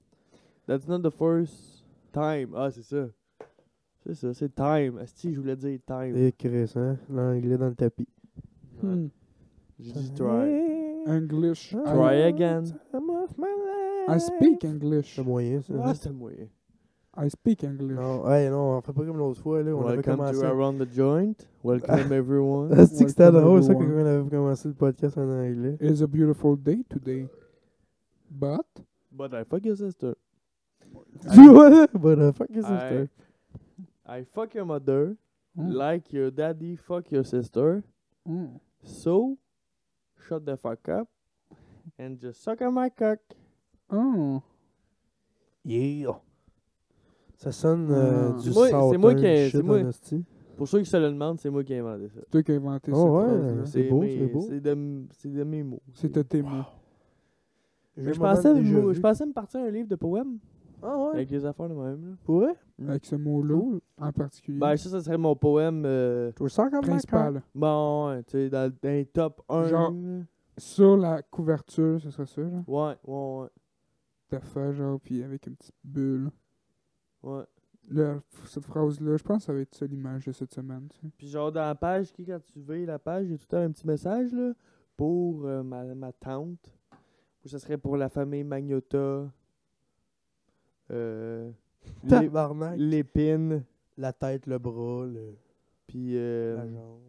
Speaker 1: That's not the first time. Ah, c'est ça. C'est ça, c'est time. Asti, je voulais dire time.
Speaker 2: C'est crissant, l'anglais dans le tapis.
Speaker 1: Ouais.
Speaker 3: Hmm.
Speaker 1: J'ai dit try. Ah,
Speaker 3: English. I,
Speaker 1: Try again.
Speaker 2: Ah, I'm off my life.
Speaker 3: I speak English.
Speaker 2: C'est moyen, ça.
Speaker 1: Ah, c'était moyen.
Speaker 3: I speak English.
Speaker 2: Non, hey, non, on fait pas comme l'autre fois, là. On avait
Speaker 1: Welcome
Speaker 2: commencé.
Speaker 1: to Around the Joint. Welcome everyone.
Speaker 2: Ah, C'est que c'était
Speaker 3: Welcome
Speaker 2: drôle, hein. ça, quand
Speaker 3: everyone.
Speaker 2: on avait commencé le podcast en anglais.
Speaker 3: It's a beautiful day today. But
Speaker 1: But I fuck your sister.
Speaker 2: Tu vois, là? What the fuck is
Speaker 1: I,
Speaker 2: this?
Speaker 1: I fuck your mother.
Speaker 3: Hmm.
Speaker 1: Like your daddy fuck your sister.
Speaker 3: Hmm.
Speaker 1: So, shut the fuck up and just suck on my cock.
Speaker 3: Oh.
Speaker 2: Yeah! Ça sonne euh,
Speaker 3: Ah.
Speaker 2: du
Speaker 1: C'est moi- c'est
Speaker 2: southern
Speaker 1: moi qui ai-
Speaker 2: shit
Speaker 1: c'est moi-
Speaker 2: en hostie.
Speaker 1: Pour ceux qui se le demandent, c'est moi qui ai inventé ça.
Speaker 3: C'est toi qui as inventé
Speaker 2: Oh,
Speaker 3: cette
Speaker 2: ouais.
Speaker 3: phrase-là.
Speaker 2: C'est beau,
Speaker 1: mes-
Speaker 2: c'est beau.
Speaker 1: C'est de, m- c'est de mes mots.
Speaker 3: C'était tes mots.
Speaker 1: Mais Je
Speaker 2: m'en
Speaker 1: pensais,
Speaker 2: ai déjà
Speaker 1: me-
Speaker 2: vu.
Speaker 1: je pensais me partir un livre de poèmes
Speaker 2: Ah ouais?
Speaker 1: avec des affaires de moi-même. là.
Speaker 2: Pour vrai?
Speaker 3: Avec ce mot-là, en particulier.
Speaker 1: Ben, ça, ça serait mon poème. euh,
Speaker 2: Tu veux ça comme
Speaker 3: principal.
Speaker 1: bon, ouais, tu sais, dans, dans les top 1.
Speaker 3: Genre-
Speaker 1: là.
Speaker 3: Sur la couverture, ce serait ça, là.
Speaker 1: Ouais, ouais, ouais.
Speaker 3: Ta feuille, genre, puis avec une petite bulle.
Speaker 1: ouais.
Speaker 3: Là, cette phrase-là, je pense que ça va être ça l'image de cette semaine, tu sais.
Speaker 1: Puis, genre, dans la page, qui, quand tu vis la page, il y a tout le temps un petit message là, pour euh, ma, ma tante. Ou ça serait pour la famille Magnota. Euh, l'é-
Speaker 2: Tabarnak.
Speaker 1: L'épine.
Speaker 2: La tête, le bras, le...
Speaker 1: Puis, euh,
Speaker 2: la jambe.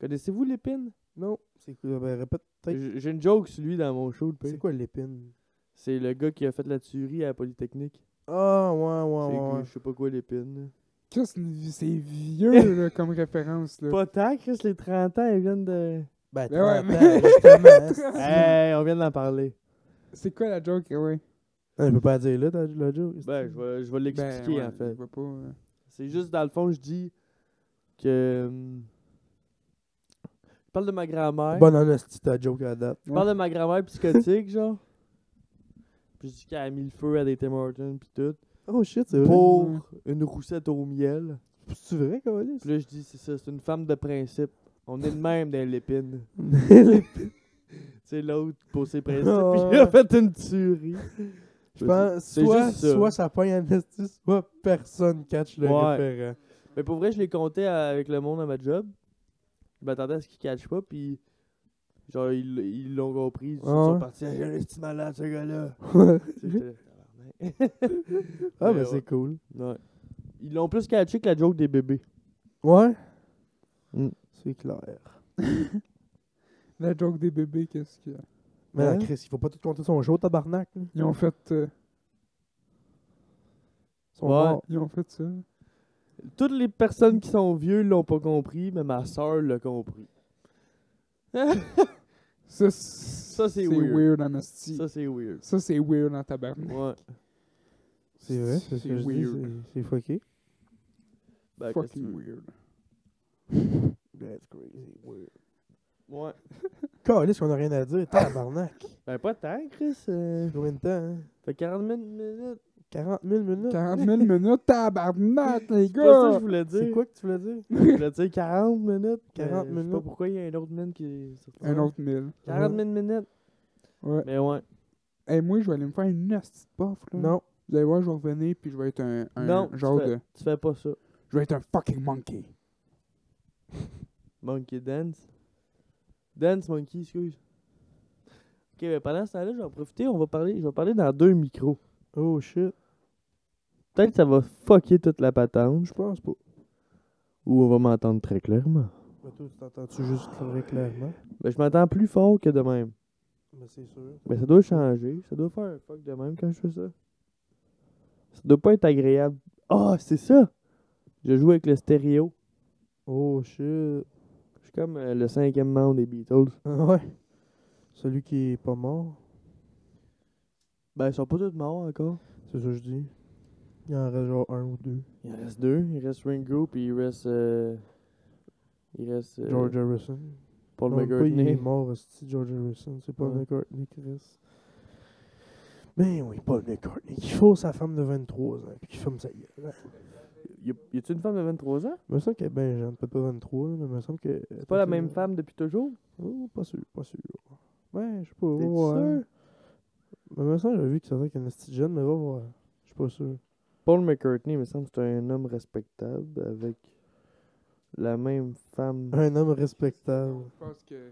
Speaker 1: connaissez-vous l'épine?
Speaker 2: Non, c'est quoi? Ben, répète. peut-être.
Speaker 1: J- J'ai une joke sur lui dans mon show, le pire.
Speaker 2: C'est quoi l'épine?
Speaker 1: C'est le gars qui a fait la tuerie à la Polytechnique.
Speaker 2: Ah, ouais,
Speaker 1: C'est
Speaker 2: ouais, ouais, ouais.
Speaker 1: que- Je sais pas quoi l'épine.
Speaker 3: Qu'est-ce que c'est c'est vieux, là, comme référence, là.
Speaker 1: Pas tant, Chris, les 30 ans, ils viennent de.
Speaker 2: Ben,
Speaker 3: Ben ouais,
Speaker 2: 30
Speaker 3: mais-
Speaker 2: ans, justement. hein.
Speaker 1: Hey, on vient d'en parler.
Speaker 3: C'est quoi la joke, Ah ouais?
Speaker 2: Non, je peux pas dire là, t'as dit le joke.
Speaker 1: Ben, je vais, je vais l'expliquer
Speaker 3: ouais,
Speaker 1: en fait.
Speaker 3: je vois pas, euh,
Speaker 1: C'est juste, dans le fond, je dis que. hum, Je parle de ma grand-mère.
Speaker 2: Bonne honesty, ta joke à date.
Speaker 1: Je parle de ma grand-mère psychotique, genre. Puis je dis qu'elle a mis le feu à des Tim Hortons, pis tout.
Speaker 2: Oh shit, c'est vrai.
Speaker 1: Pour
Speaker 3: Mm.
Speaker 1: une roussette au miel.
Speaker 2: C'est vrai, Carolis?
Speaker 1: Puis là, je dis, c'est ça, c'est une femme de principe. On est de même dans l'épine. C'est l'autre pour ses principes. Puis il a fait une tuerie.
Speaker 2: Ah Je pense,
Speaker 1: C'est
Speaker 2: soit,
Speaker 1: juste ça.
Speaker 2: soit ça pogne honesty, soit personne catch le
Speaker 1: Ouais.
Speaker 2: référent.
Speaker 1: Mais pour vrai, je l'ai compté à- avec le monde à ma job. Je m'attendais à ce qu'ils catchent pas, puis genre, ils ils l'ont compris. Ils
Speaker 2: Ah ouais.
Speaker 1: sont partis, ah, j'ai un petit malade, ce gars-là. Tu sais, j'étais là, tabarnak.
Speaker 2: ah,
Speaker 1: Mais
Speaker 2: ben
Speaker 1: ouais.
Speaker 2: c'est cool.
Speaker 1: Ouais. Ils l'ont plus catché que la joke des bébés.
Speaker 2: Ouais?
Speaker 1: Mm.
Speaker 2: C'est clair.
Speaker 3: La joke des bébés, qu'est-ce que.
Speaker 2: Mais
Speaker 1: Hein?
Speaker 2: non, Chris, il faut pas tout compter son show, tabarnak. là.
Speaker 3: Ils ont fait, euh,
Speaker 2: Ils sont
Speaker 1: Ouais.
Speaker 2: morts.
Speaker 3: ils ont fait ça.
Speaker 1: Toutes les personnes qui sont vieux l'ont pas compris, mais ma soeur l'a compris. Ça,
Speaker 3: Ça, ça
Speaker 1: c'est
Speaker 3: weird.
Speaker 1: weird.
Speaker 3: en asti.
Speaker 1: Ça, c'est weird.
Speaker 3: Ça, c'est weird en tabarnak.
Speaker 1: Ouais.
Speaker 2: C'est vrai, c'est ce
Speaker 3: C'est
Speaker 2: que je dis,
Speaker 3: weird.
Speaker 2: c'est- C'est fucké.
Speaker 1: Ben, qu'est-ce que tu
Speaker 3: Fucking
Speaker 1: veux?
Speaker 3: weird.
Speaker 2: That's crazy, weird.
Speaker 1: Ouais.
Speaker 2: Calisse qu'on a rien à dire, tabarnak.
Speaker 1: Ben, pas tant, Chris. euh,
Speaker 2: Combien de temps, hein?
Speaker 1: fait 40 000 minutes.
Speaker 2: 40 000 minutes.
Speaker 3: 40 000 minutes, tabarnak, les
Speaker 1: C'est pas ça que je
Speaker 3: gars!
Speaker 1: voulais dire.
Speaker 2: C'est quoi que tu voulais dire?
Speaker 1: Je voulais dire 40 minutes.
Speaker 2: 40
Speaker 1: 40 minutes. Je sais pas
Speaker 2: minutes.
Speaker 1: pourquoi il y a un autre minute qui est sorti.
Speaker 3: Un autre mille.
Speaker 1: 40 000 minutes.
Speaker 3: Ouais.
Speaker 1: Mais ouais.
Speaker 3: Hey, moi, je vais aller me faire une nasty puff, là.
Speaker 2: Non.
Speaker 3: Vous allez voir, je vais revenir, puis je vais être un, un
Speaker 1: Non,
Speaker 3: genre
Speaker 1: tu fais-
Speaker 3: de...
Speaker 1: Tu fais pas ça.
Speaker 3: Je vais être un fucking monkey.
Speaker 1: Monkey Dance. Dance Monkey, excuse. Ok, ben pendant ce temps-là, je vais en profiter. On va parler, je vais parler dans deux micros.
Speaker 2: Oh shit.
Speaker 1: Peut-être que ça va fucker toute la patente.
Speaker 2: Je pense pas.
Speaker 1: Ou on va m'entendre très clairement.
Speaker 2: Mais toi, tu t'entends-tu juste très clairement?
Speaker 1: Ben, je m'entends plus fort que de même.
Speaker 2: Mais c'est sûr.
Speaker 1: Ben, ça doit changer. Ça doit faire un fuck de même quand je fais ça. Ça doit pas être agréable. Ah, c'est ça! Je joue avec le stéréo.
Speaker 2: Oh shit.
Speaker 1: Je suis comme euh, le cinquième membre des Beatles.
Speaker 2: Ah Ouais. Celui qui est pas mort,
Speaker 1: Ben, ils sont pas tous morts encore.
Speaker 2: c'est ça que je dis. Il en reste genre un ou deux.
Speaker 1: Il en reste deux. Il reste Ringo, puis il reste... euh, Il reste... euh,
Speaker 2: George Harrison.
Speaker 1: Paul
Speaker 2: Non, pas, il est
Speaker 1: McCartney.
Speaker 2: mort, aussi, George Harrison. C'est pas
Speaker 1: Ouais.
Speaker 2: McCartney qui reste. Mais oui, Paul McCartney. Qui fausse sa femme de 23 ans, puis qui fume sa gueule. hein.
Speaker 1: Y a- Y a-tu une femme de 23 ans?
Speaker 2: Il me semble qu'elle est bien jeune, peut-être pas 23, là, mais il me semble que.
Speaker 1: C'est pas la même femme depuis toujours?
Speaker 2: Oh, pas sûr, pas sûr. Ouais, je sais pas. va
Speaker 1: T'es-tu
Speaker 2: voir.
Speaker 1: sûr?
Speaker 2: Mais me semble que j'avais vu que ça qu'il y a une petite jeune, mais va voir. Je suis pas sûr.
Speaker 1: Paul McCartney, il me semble que c'est un homme respectable avec la même femme.
Speaker 2: Un homme respectable.
Speaker 3: Je pense que...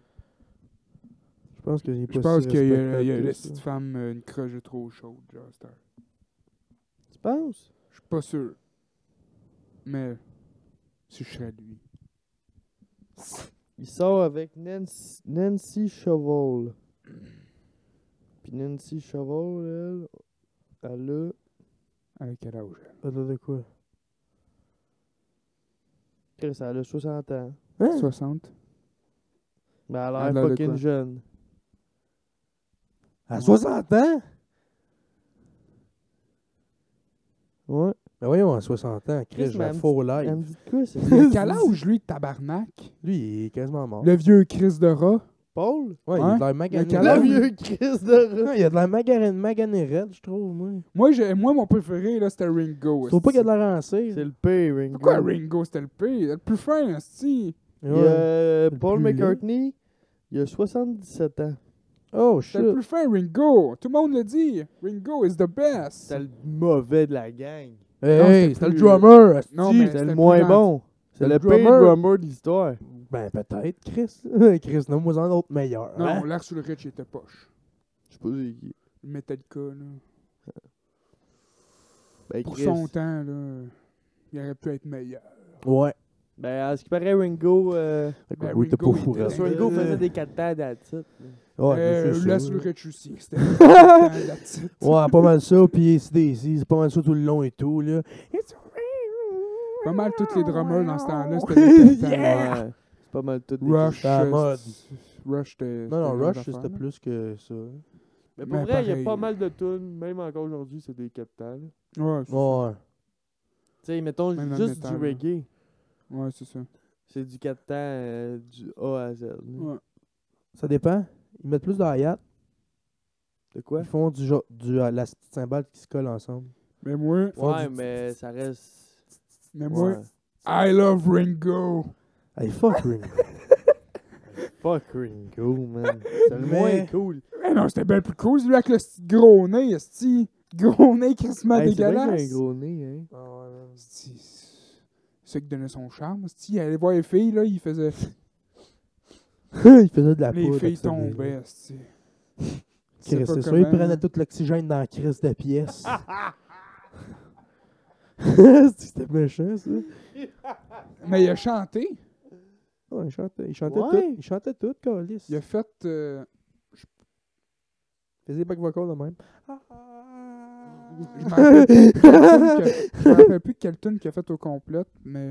Speaker 2: Je pense qu'il est pas
Speaker 3: Je pense
Speaker 2: si
Speaker 3: qu'il y a,
Speaker 2: respectable
Speaker 3: il y a
Speaker 2: que
Speaker 3: la
Speaker 2: ça.
Speaker 3: petite femme, euh, une croche de trop chaude, genre, c'est un-
Speaker 1: Tu penses?
Speaker 3: Je suis pas sûr. Mais... Si je serais lui.
Speaker 1: Il sort avec Nancy, Nancy Shovel. Puis Nancy Shovel, elle, elle a...
Speaker 3: Avec quel âge?
Speaker 2: Elle a de quoi
Speaker 1: Chris, elle a 60 ans.
Speaker 2: Hein
Speaker 3: 60?
Speaker 1: Mais elle
Speaker 3: Elle a
Speaker 1: a
Speaker 3: de
Speaker 1: l'air
Speaker 3: quoi?
Speaker 1: fucking jeune.
Speaker 2: À 60 ans
Speaker 1: Ouais.
Speaker 2: Mais Ben voyons, à 60 ans, Chris,
Speaker 1: Chris,
Speaker 2: je
Speaker 1: mais
Speaker 2: la
Speaker 1: elle me
Speaker 2: faux
Speaker 1: Elle me
Speaker 2: live.
Speaker 1: dit de quoi, c'est
Speaker 3: Il a quel âge, lui, tabarnak?
Speaker 2: Lui, il est quasiment mort.
Speaker 3: Le vieux Chris de rat?
Speaker 1: Paul?
Speaker 2: Ouais, il
Speaker 3: Hein?
Speaker 2: a de l'air magané.
Speaker 3: Il a quel
Speaker 1: Le
Speaker 3: âge?
Speaker 1: vieux Chris de
Speaker 2: Ouais, Il a de l'air magané, magané raide, je trouve, moi.
Speaker 3: Moi, j'ai- moi mon préféré, là, c'était Ringo.
Speaker 2: Je trouve pas
Speaker 3: esti.
Speaker 2: qu'il a de l'air en cire.
Speaker 1: C'est le pire, Ringo.
Speaker 3: Pourquoi Ringo, c'était le pire? Le plus fin, esti.
Speaker 1: Il y a
Speaker 2: Ouais.
Speaker 1: euh,
Speaker 2: Le
Speaker 1: Paul
Speaker 2: plus laid.
Speaker 1: Mcartney, il a 77 ans.
Speaker 2: Oh,
Speaker 3: C'était le
Speaker 2: shit.
Speaker 3: plus fin, Ringo. Tout le monde le dit. Ringo is the best.
Speaker 1: C'est le mauvais de la gang.
Speaker 2: Hey,
Speaker 3: c'était
Speaker 2: c'était le
Speaker 3: plus- euh,
Speaker 2: drummer. asti.
Speaker 3: Non, mais
Speaker 1: c'est
Speaker 3: c'était
Speaker 1: le
Speaker 3: plus
Speaker 1: moins
Speaker 3: dans-
Speaker 1: bon. C'est
Speaker 2: le
Speaker 1: le pire
Speaker 2: drummer.
Speaker 1: drummer de l'histoire.
Speaker 2: Ben, peut-être, Chris. Chris, nomme-moi un autre meilleur.
Speaker 3: Non,
Speaker 2: hein.
Speaker 3: l'air sur le Rich était poche.
Speaker 1: Je sais pas c'est qui.
Speaker 3: Metallica, là.
Speaker 1: Ben,
Speaker 3: euh, Pour
Speaker 1: Chris.
Speaker 3: son temps, là, il aurait pu être meilleur.
Speaker 2: Ouais.
Speaker 1: Ben, à ce qui paraît, Ringo. Euh,
Speaker 3: Ben,
Speaker 2: oui, t'as
Speaker 3: Ringo,
Speaker 2: pas
Speaker 3: il
Speaker 2: fourré.
Speaker 3: était-
Speaker 1: Chris Ringo faisait des 4 temps d'attitude.
Speaker 2: Ouais,
Speaker 3: euh,
Speaker 2: c'est
Speaker 3: là,
Speaker 2: ça.
Speaker 3: sur le Rich aussi. C'était that's it.
Speaker 2: Ouais, pas mal ça, puis ACDC, c'est pas mal ça tout le long et tout, là.
Speaker 3: Pas mal tous les drummers dans ce temps-là, c'était des têtes, hein.
Speaker 2: Yeah!
Speaker 1: Ouais. C'est pas mal tout. des
Speaker 3: Rush.
Speaker 2: C'était la
Speaker 3: euh,
Speaker 2: mode.
Speaker 3: Rush, c'était.
Speaker 2: Non, non,
Speaker 3: c'était
Speaker 2: Rush,
Speaker 3: l'autre
Speaker 2: c'était
Speaker 3: affaire, là.
Speaker 2: plus que ça.
Speaker 1: Chris. Mais pour vrai,
Speaker 3: Ben,
Speaker 1: il y
Speaker 3: pareil.
Speaker 1: a pas mal de tunes, même encore aujourd'hui, c'est des 4 temps. Tu
Speaker 3: Ouais, c'est-
Speaker 2: Ouais.
Speaker 1: sais, mettons
Speaker 3: Même dans le
Speaker 1: juste du
Speaker 3: métal, là.
Speaker 1: reggae.
Speaker 3: ouais, c'est ça.
Speaker 1: C'est du 4 temps euh, du A à Z. là.
Speaker 3: Ouais.
Speaker 2: Ça dépend. Ils mettent plus de hi
Speaker 1: De quoi?
Speaker 2: Ils font du, genre- du euh, la petite cymbale qui se colle ensemble.
Speaker 3: Mais moi,
Speaker 2: font
Speaker 1: Ouais,
Speaker 2: du-
Speaker 1: mais ça reste.
Speaker 3: mais moi,
Speaker 1: Ouais.
Speaker 3: I love Ringo.
Speaker 2: Hey, fuck Ringo.
Speaker 1: Fuck Ringo, man. C'est le
Speaker 2: Mais-
Speaker 1: moins cool.
Speaker 3: Mais Eh non, c'était bien plus cool, celui avec le sti- gros nez, esti. Gros nez crissement
Speaker 1: Hey, c'est vrai qu'il a un
Speaker 3: dégueulasse.
Speaker 1: gros nez, hein.
Speaker 3: Esti, c'est- C'est ça qui donnait son charme, esti. Il allait voir les filles, là, il faisait...
Speaker 2: il faisait de la poudre. avec
Speaker 3: les filles
Speaker 2: ce nez-là.
Speaker 3: tombaient, esti. Tu sais
Speaker 2: Chris,
Speaker 3: pas
Speaker 2: c'est ça, il
Speaker 3: comment, là.
Speaker 2: prenait tout l'oxygène dans la crise de pièce. C'était méchant, ça.
Speaker 3: Mais il a chanté.
Speaker 2: Ouais, il chantait, il chantait
Speaker 1: Ouais.
Speaker 2: tout. Il chantait tout, Calis.
Speaker 3: Il a fait... euh, je-
Speaker 2: Faisais des back vocals de même.
Speaker 3: Je m'en rappelle plus de quelle tune que- je m'en rappelle plus de quelle tune qu'il a fait au complète, mais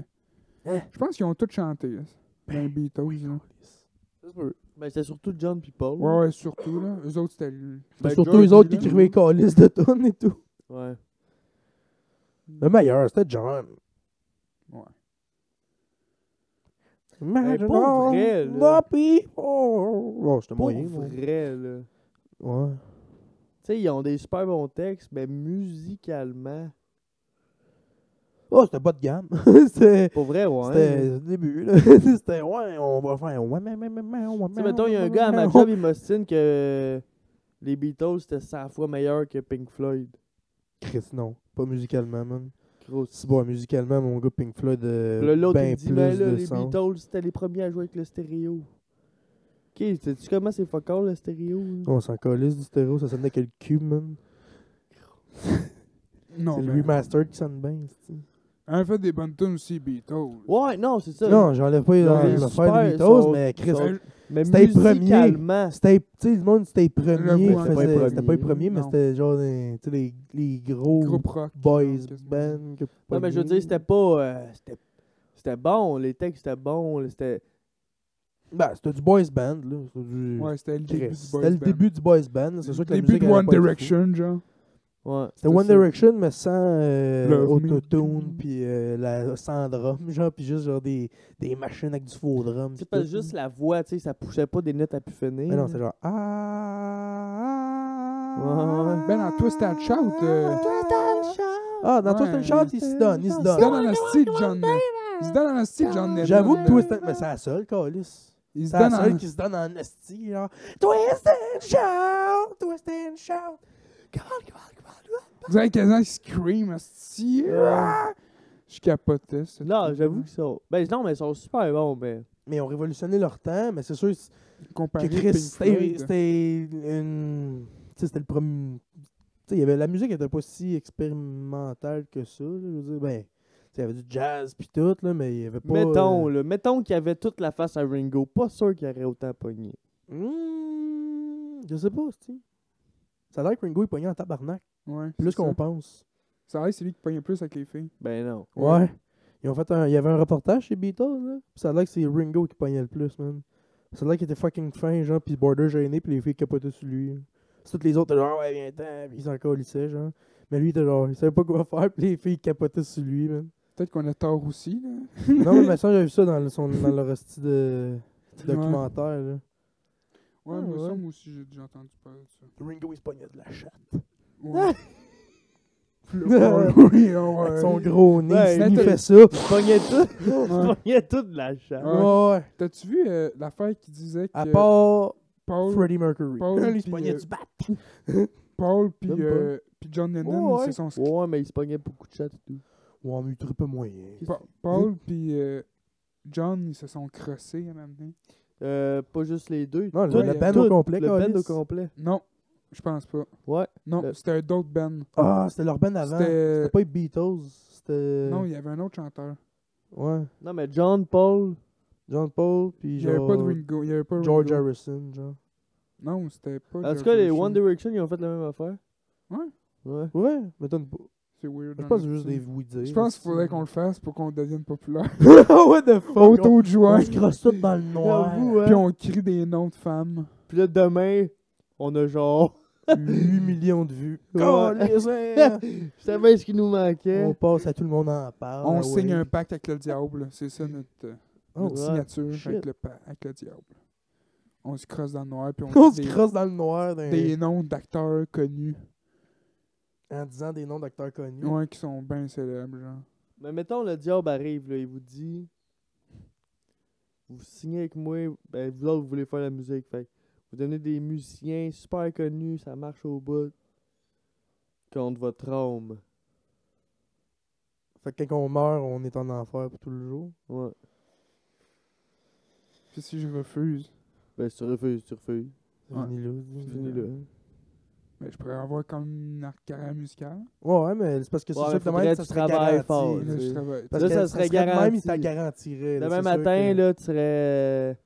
Speaker 2: Hein? Ben,
Speaker 3: je pense qu'ils ont tous chanté. là. Dans les Beatles, là.
Speaker 1: Ça se peut. Ben, c'était surtout John puis Paul.
Speaker 3: Ouais, ouais, surtout, là. Eux autres, c'était. le-
Speaker 1: Ben,
Speaker 2: surtout
Speaker 1: George
Speaker 2: les autres qui
Speaker 1: Dylan.
Speaker 2: écrivaient les calices de tonnes et tout.
Speaker 1: Ouais.
Speaker 2: Le meilleur, c'était John.
Speaker 3: Ouais.
Speaker 1: Hey, pour vrai, là.
Speaker 2: My people. Oh, j'étais
Speaker 1: Pour
Speaker 2: moyen. moi.
Speaker 1: vrai, là.
Speaker 2: Ouais.
Speaker 1: Tu sais, ils ont des super bons textes, mais musicalement.
Speaker 2: Oh, c'était bas de gamme. c'était.
Speaker 1: Pour vrai, ouais.
Speaker 2: C'était le début, là. C'était, ouais, on va faire. Ouais, mais, mais, mais, mais, ouais,
Speaker 1: Tu
Speaker 2: mais,
Speaker 1: sais, mettons, il y a un
Speaker 2: ouais,
Speaker 1: gars à
Speaker 2: mais,
Speaker 1: ma
Speaker 2: ouais.
Speaker 1: job, il m'ostine que les Beatles c'était 100 fois meilleur que Pink Floyd.
Speaker 2: Chris, non. Pas musicalement, man.
Speaker 1: Gros.
Speaker 2: Si bon, musicalement, mon gars Pink Floyd.
Speaker 1: Là,
Speaker 2: Euh,
Speaker 1: l'autre,
Speaker 2: ben
Speaker 1: il dit,
Speaker 2: plus
Speaker 1: mais là,
Speaker 2: de
Speaker 1: les
Speaker 2: sens.
Speaker 1: Beatles, c'était les premiers à jouer avec le stéréo. Ok, sais-tu comment c'est focal le stéréo? là?
Speaker 2: On s'en calisse du stéréo, ça sonnait que le cube, man.
Speaker 3: Non,
Speaker 2: C'est le
Speaker 3: mais.
Speaker 2: remastered qui sonne bien, c'est-tu.
Speaker 3: Un fait des bonnes tunes aussi, Beatles.
Speaker 1: Ouais, non, c'est ça.
Speaker 2: Non, j'enlève pas
Speaker 1: Non,
Speaker 2: les
Speaker 1: les
Speaker 2: affaires de
Speaker 1: super, sont-
Speaker 2: Beatles, mais Chris,
Speaker 1: sont- mais
Speaker 2: c'était les premiers.
Speaker 1: musicalement,
Speaker 2: C'était, tu sais, le monde, c'était les premiers. qui
Speaker 3: J'avoue, c'était pas les
Speaker 2: faisaient- C'était pas les
Speaker 1: premiers.
Speaker 2: premiers, mais
Speaker 3: Non.
Speaker 2: c'était genre des- tu sais, les, les gros
Speaker 3: Groupe rock.
Speaker 2: boys
Speaker 3: genre, quasiment.
Speaker 2: band. que-
Speaker 1: Non, mais je veux dire, c'était pas. euh, c'était- c'était bon, les textes étaient bons. là, C'était.
Speaker 2: Ben, c'était du boys band, là. C'était du-
Speaker 3: Ouais, c'était le
Speaker 2: Chris,
Speaker 3: début du boys
Speaker 2: C'était le
Speaker 3: band.
Speaker 2: début du boys band. C'est sûr que la
Speaker 3: Début
Speaker 2: musique,
Speaker 3: de
Speaker 2: elle allait
Speaker 3: One
Speaker 2: pas être fou.
Speaker 3: Direction, genre.
Speaker 1: Ouais.
Speaker 2: C'était
Speaker 3: C'est
Speaker 2: One
Speaker 3: ça.
Speaker 2: Direction, mais sans euh,
Speaker 3: Love me.
Speaker 2: autotune, puis euh, la, sans drum, genre, puis juste genre des, des machines avec du faux drum.
Speaker 1: C'est
Speaker 2: puis
Speaker 1: parce
Speaker 2: tout,
Speaker 1: que juste
Speaker 2: là.
Speaker 1: la voix, tu sais, ça poussait pas des notes à pu finir.
Speaker 2: Mais non,
Speaker 1: là.
Speaker 2: c'est genre. Ah.
Speaker 1: Ouais,
Speaker 3: Ben, dans Twist and Shout, euh,
Speaker 2: Twist and Shout. Ah, dans
Speaker 3: Ouais.
Speaker 2: Twist and Shout, il se donne, il se
Speaker 3: Ils se donnent
Speaker 2: donne.
Speaker 3: dans la style John. Ils se donnent dans la style John Lennon.
Speaker 2: J'avoue
Speaker 3: là.
Speaker 2: que Twist and. Mais c'est la seule, Calis.
Speaker 3: Ils se
Speaker 2: C'est la
Speaker 3: donnent dans
Speaker 2: seule qui se donne en esti, genre. Twist and Shout! Twist and Shout! Come on, come on, come on, come
Speaker 3: Vous avez quasiment scream, hostie. Ah! Je capotais. ce
Speaker 1: Non,
Speaker 3: truc-là.
Speaker 1: j'avoue qu'ils sont. Ben non, mais ils sont super bons, mais.
Speaker 2: on! Mais ils ont révolutionné leur temps, mais c'est sûr, c'est- que
Speaker 3: Comparé à
Speaker 2: Chris,
Speaker 3: Pink
Speaker 2: c'était
Speaker 3: Floyd.
Speaker 2: c'était une. Tu sais, c'était le premier. Tu sais, il y avait la musique était pas si expérimentale que ça, là, je veux dire, ben. tu sais, Il y avait du jazz pis tout, là, mais il y avait pas.
Speaker 1: Mettons,
Speaker 2: euh,
Speaker 1: là, mettons qu'il y avait toute la face à Ringo, pas sûr qu'il y aurait autant pogné.
Speaker 2: hmm, je sais pas, tu Ça a l'air que Ringo est pogné en tabarnak,
Speaker 3: Ouais,
Speaker 2: plus
Speaker 3: c'est ça.
Speaker 2: qu'on pense.
Speaker 3: Ça a l'air que c'est lui qui pognait plus avec les filles.
Speaker 1: Ben non.
Speaker 3: Ouais.
Speaker 2: Ouais. Ils ont fait un, il y avait un reportage chez Beatles, là. Pis ça a l'air que c'est Ringo qui pognait le plus, man. Ça a l'air qu'il était fucking fin, genre, pis Border gêné, pis les filles capotaient sur lui. là. Pis toutes les autres, étaient genre, ouais, viens ten, pis ils s'en calissaient, genre. Mais lui, il était genre, il savait pas quoi faire, pis les filles capotaient sur lui, man.
Speaker 3: Peut-être qu'on a tort aussi, là.
Speaker 2: non, mais ça, j'avais vu ça dans, le- son, dans leur style de
Speaker 3: Ouais.
Speaker 2: documentaire, là.
Speaker 3: Ouais,
Speaker 2: Ah,
Speaker 3: moi, ça,
Speaker 2: ouais.
Speaker 3: moi aussi, j'ai déjà entendu parler de ça.
Speaker 2: Ringo, il se pognait de la chatte.
Speaker 3: Ouais. oui, oh, ouais.
Speaker 2: Avec son gros nez,
Speaker 1: Ouais,
Speaker 2: il
Speaker 3: il
Speaker 2: fait
Speaker 3: était-
Speaker 2: ça.
Speaker 1: Il pognait tout, il
Speaker 3: Ouais.
Speaker 1: pognait tout de la chatte.
Speaker 3: Ouais.
Speaker 2: Ouais.
Speaker 3: T'as-tu vu euh, l'affaire qui disait que
Speaker 2: À part
Speaker 3: Paul,
Speaker 2: Freddie Mercury.
Speaker 3: Paul,
Speaker 2: Lui, il se
Speaker 3: puis,
Speaker 2: pognait
Speaker 3: euh,
Speaker 2: du bat.
Speaker 3: Paul puis
Speaker 2: Même pas.
Speaker 3: euh, puis John Lennon,
Speaker 2: Ouais,
Speaker 3: c'est son ski.
Speaker 1: Ouais, mais il se pognait beaucoup de chattes et tout.
Speaker 2: Ouais, mais il trippait moyen.
Speaker 3: Pa- Paul puis euh, John, ils se sont crossés à m'amener.
Speaker 1: Euh, pas juste les deux.
Speaker 2: Non,
Speaker 1: tout-
Speaker 2: le, le
Speaker 3: tout-
Speaker 2: band au complet,
Speaker 1: le band
Speaker 2: câlisse.
Speaker 1: au complet.
Speaker 3: Non, je pense pas.
Speaker 1: Ouais.
Speaker 3: Non,
Speaker 1: Le-
Speaker 3: c'était un autre band.
Speaker 2: Euh. Ah, c'était leur band avant. C'était
Speaker 3: C'était
Speaker 2: pas les Beatles. C'était.
Speaker 3: non, il y avait un autre chanteur.
Speaker 2: Ouais.
Speaker 1: Non, mais John, Paul,
Speaker 2: John Paul, puis
Speaker 3: Il y avait
Speaker 2: genre.
Speaker 3: pas de Ringo, il y avait pas
Speaker 2: George
Speaker 3: Ringo.
Speaker 2: Harrison, genre.
Speaker 3: Non, c'était pas.
Speaker 1: En tout
Speaker 3: George
Speaker 1: cas, les
Speaker 3: Harrison.
Speaker 1: One Direction, ils ont fait la même affaire.
Speaker 3: Ouais.
Speaker 1: Ouais.
Speaker 2: Ouais, mais t'as une- Je
Speaker 3: C'est weird.
Speaker 2: pense que
Speaker 3: en
Speaker 2: c'est juste
Speaker 3: esti.
Speaker 2: des oui-dire.
Speaker 3: Je pense qu'il faudrait qu'on le fasse pour qu'on devienne populaire.
Speaker 2: Ah, What the fuck? on-
Speaker 3: Auto de
Speaker 2: On
Speaker 3: juin,
Speaker 2: se crosse tout dans le noir.
Speaker 1: J'avoue, hein.
Speaker 3: puis on crie des noms de femmes.
Speaker 1: Puis là, demain, on a genre.
Speaker 2: 8 millions de vues.
Speaker 1: Ouais.
Speaker 2: Câlisse, hein.
Speaker 1: Je savais ce qui nous manquait.
Speaker 2: On passe à tout le monde en parle.
Speaker 3: On
Speaker 2: ah
Speaker 3: signe
Speaker 2: ouais.
Speaker 3: un pacte avec le diable. C'est ça notre, euh,
Speaker 2: Oh,
Speaker 3: notre
Speaker 1: ouais.
Speaker 3: signature
Speaker 2: Shit.
Speaker 3: avec le, pa- avec le diable. On se crosse dans le noir puis on
Speaker 2: On
Speaker 3: dit
Speaker 2: se
Speaker 3: des,
Speaker 2: crosse dans le noir d'un-
Speaker 3: des noms d'acteurs connus.
Speaker 2: en disant des noms d'acteurs connus.
Speaker 3: Ouais, qui sont bien célèbres, genre.
Speaker 1: Mais mettons, le diable arrive, là, il vous dit Vous signez avec moi, ben vous autres, vous voulez faire la musique. Fait que vous devenez des musiciens super connus, ça marche au bout. Contre votre âme.
Speaker 2: Fait que quand on meurt, on est en enfer pour tout le jour.
Speaker 1: Ouais.
Speaker 3: Puis si je refuse,
Speaker 1: Ben, si tu refuses, tu refuses.
Speaker 2: C'est
Speaker 3: Ouais.
Speaker 2: fini là.
Speaker 1: C'est fini là.
Speaker 3: ben, je pourrais avoir comme une ar- carrière musicale.
Speaker 2: Ouais, ouais, mais c'est parce que c'est
Speaker 1: Ouais,
Speaker 2: sûr
Speaker 1: mais
Speaker 2: que de
Speaker 1: faudrait
Speaker 2: même,
Speaker 1: que
Speaker 2: ça
Speaker 1: tu
Speaker 2: serait
Speaker 1: travailles
Speaker 2: garanti.
Speaker 1: fort,
Speaker 2: là.
Speaker 1: là.
Speaker 3: Là, je
Speaker 1: c'est-
Speaker 3: travaille.
Speaker 2: Parce
Speaker 1: Là,
Speaker 2: que
Speaker 1: ça
Speaker 2: ça
Speaker 1: serait
Speaker 2: serait de Même,
Speaker 1: garanti.
Speaker 2: il t'a garantirait. là,
Speaker 1: Demain
Speaker 2: c'est sûr
Speaker 1: matin,
Speaker 2: que-
Speaker 1: là, tu serais.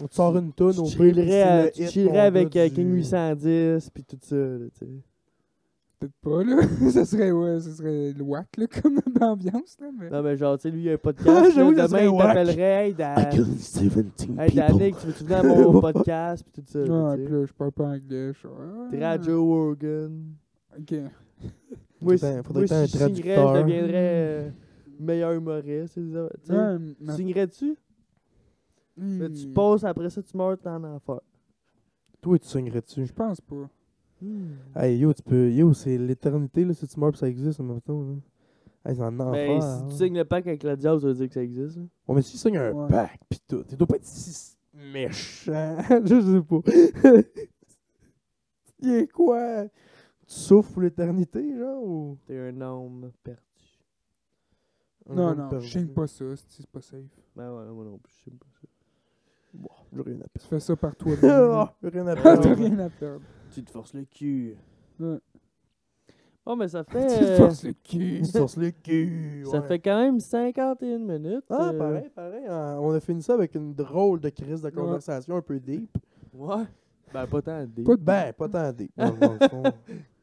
Speaker 2: On te sort une toune au
Speaker 1: Tu
Speaker 2: pire. puis
Speaker 1: chillerais, à-
Speaker 2: c'est le
Speaker 1: tu
Speaker 2: hit,
Speaker 1: chillerais
Speaker 2: mon
Speaker 1: avec
Speaker 2: gars,
Speaker 1: euh,
Speaker 2: du-
Speaker 1: King 810 puis tout ça. là, tu sais.
Speaker 3: Peut-être pas, là. ça serait, ouais, ça serait le whack, là, comme ambiance, là. Mais...
Speaker 1: Non, mais genre, tu sais, lui, il y a un podcast.
Speaker 2: J'avoue,
Speaker 1: là,
Speaker 2: ça
Speaker 1: demain,
Speaker 2: serait
Speaker 1: il
Speaker 2: whack.
Speaker 1: t'appellerait. Hey, Dan, hey, Danick, tu veux-tu venir à mon podcast? Puis tout ça. là,
Speaker 3: Ouais,
Speaker 1: tu sais.
Speaker 3: puis là, je parle pas anglais. Je suis ah,
Speaker 1: T'es à Joe Rogan.
Speaker 3: Ok.
Speaker 1: Moi, si-
Speaker 2: Faudrait que t'aies
Speaker 1: moi, si
Speaker 2: un
Speaker 1: je signerais,
Speaker 2: traducteur.
Speaker 1: je deviendrais euh, meilleur humoriste. tu sais, tu sais.
Speaker 3: Hmm. Ouais,
Speaker 1: Tu
Speaker 3: ma-
Speaker 1: signerais-tu? Mais Tu
Speaker 3: Hmm,
Speaker 1: passes, après ça, tu meurs, t'es en enfer.
Speaker 2: Toi, tu signerais-tu?
Speaker 3: Je pense pas.
Speaker 1: Hmm.
Speaker 2: Hey, yo, tu peux. Yo, c'est l'éternité, là, si tu meurs, pis ça existe en même temps, là. Hey, c'est en enfer.
Speaker 1: Ben,
Speaker 2: hein.
Speaker 1: si tu signes le pack avec la diable, ça veut dire que ça existe. hein.
Speaker 2: Ouais, mais si tu signes un
Speaker 3: Ouais.
Speaker 2: pack, pis tout, tu dois pas être si méchant. je sais pas. Il est quoi? Tu souffres pour l'éternité, genre, ou.
Speaker 1: T'es un homme perdu.
Speaker 3: Non, non, je signe pas ça. c'est- C'est pas safe.
Speaker 1: Ben ouais, moi non plus, je sais pas ça.
Speaker 2: Bon, j'ai rien à
Speaker 3: Tu fais ça par toi-même.
Speaker 2: perdre. J'ai rien à
Speaker 3: T'as
Speaker 2: perdre.
Speaker 3: rien à perdre.
Speaker 1: Tu te forces le cul.
Speaker 3: Ouais.
Speaker 1: Bon, mais ça fait.
Speaker 3: Tu te
Speaker 1: euh,
Speaker 3: forces le cul.
Speaker 2: Tu sortes le cul.
Speaker 1: Ça
Speaker 2: ouais.
Speaker 1: fait quand même 51 minutes.
Speaker 2: Ah,
Speaker 1: euh,
Speaker 2: pareil, pareil. hein. On a fini ça avec une drôle de crise de conversation un peu deep.
Speaker 1: Ouais. Ben, pas tant D.
Speaker 3: Pas de
Speaker 2: Ben, pas tant deep. dans le- dans le fond.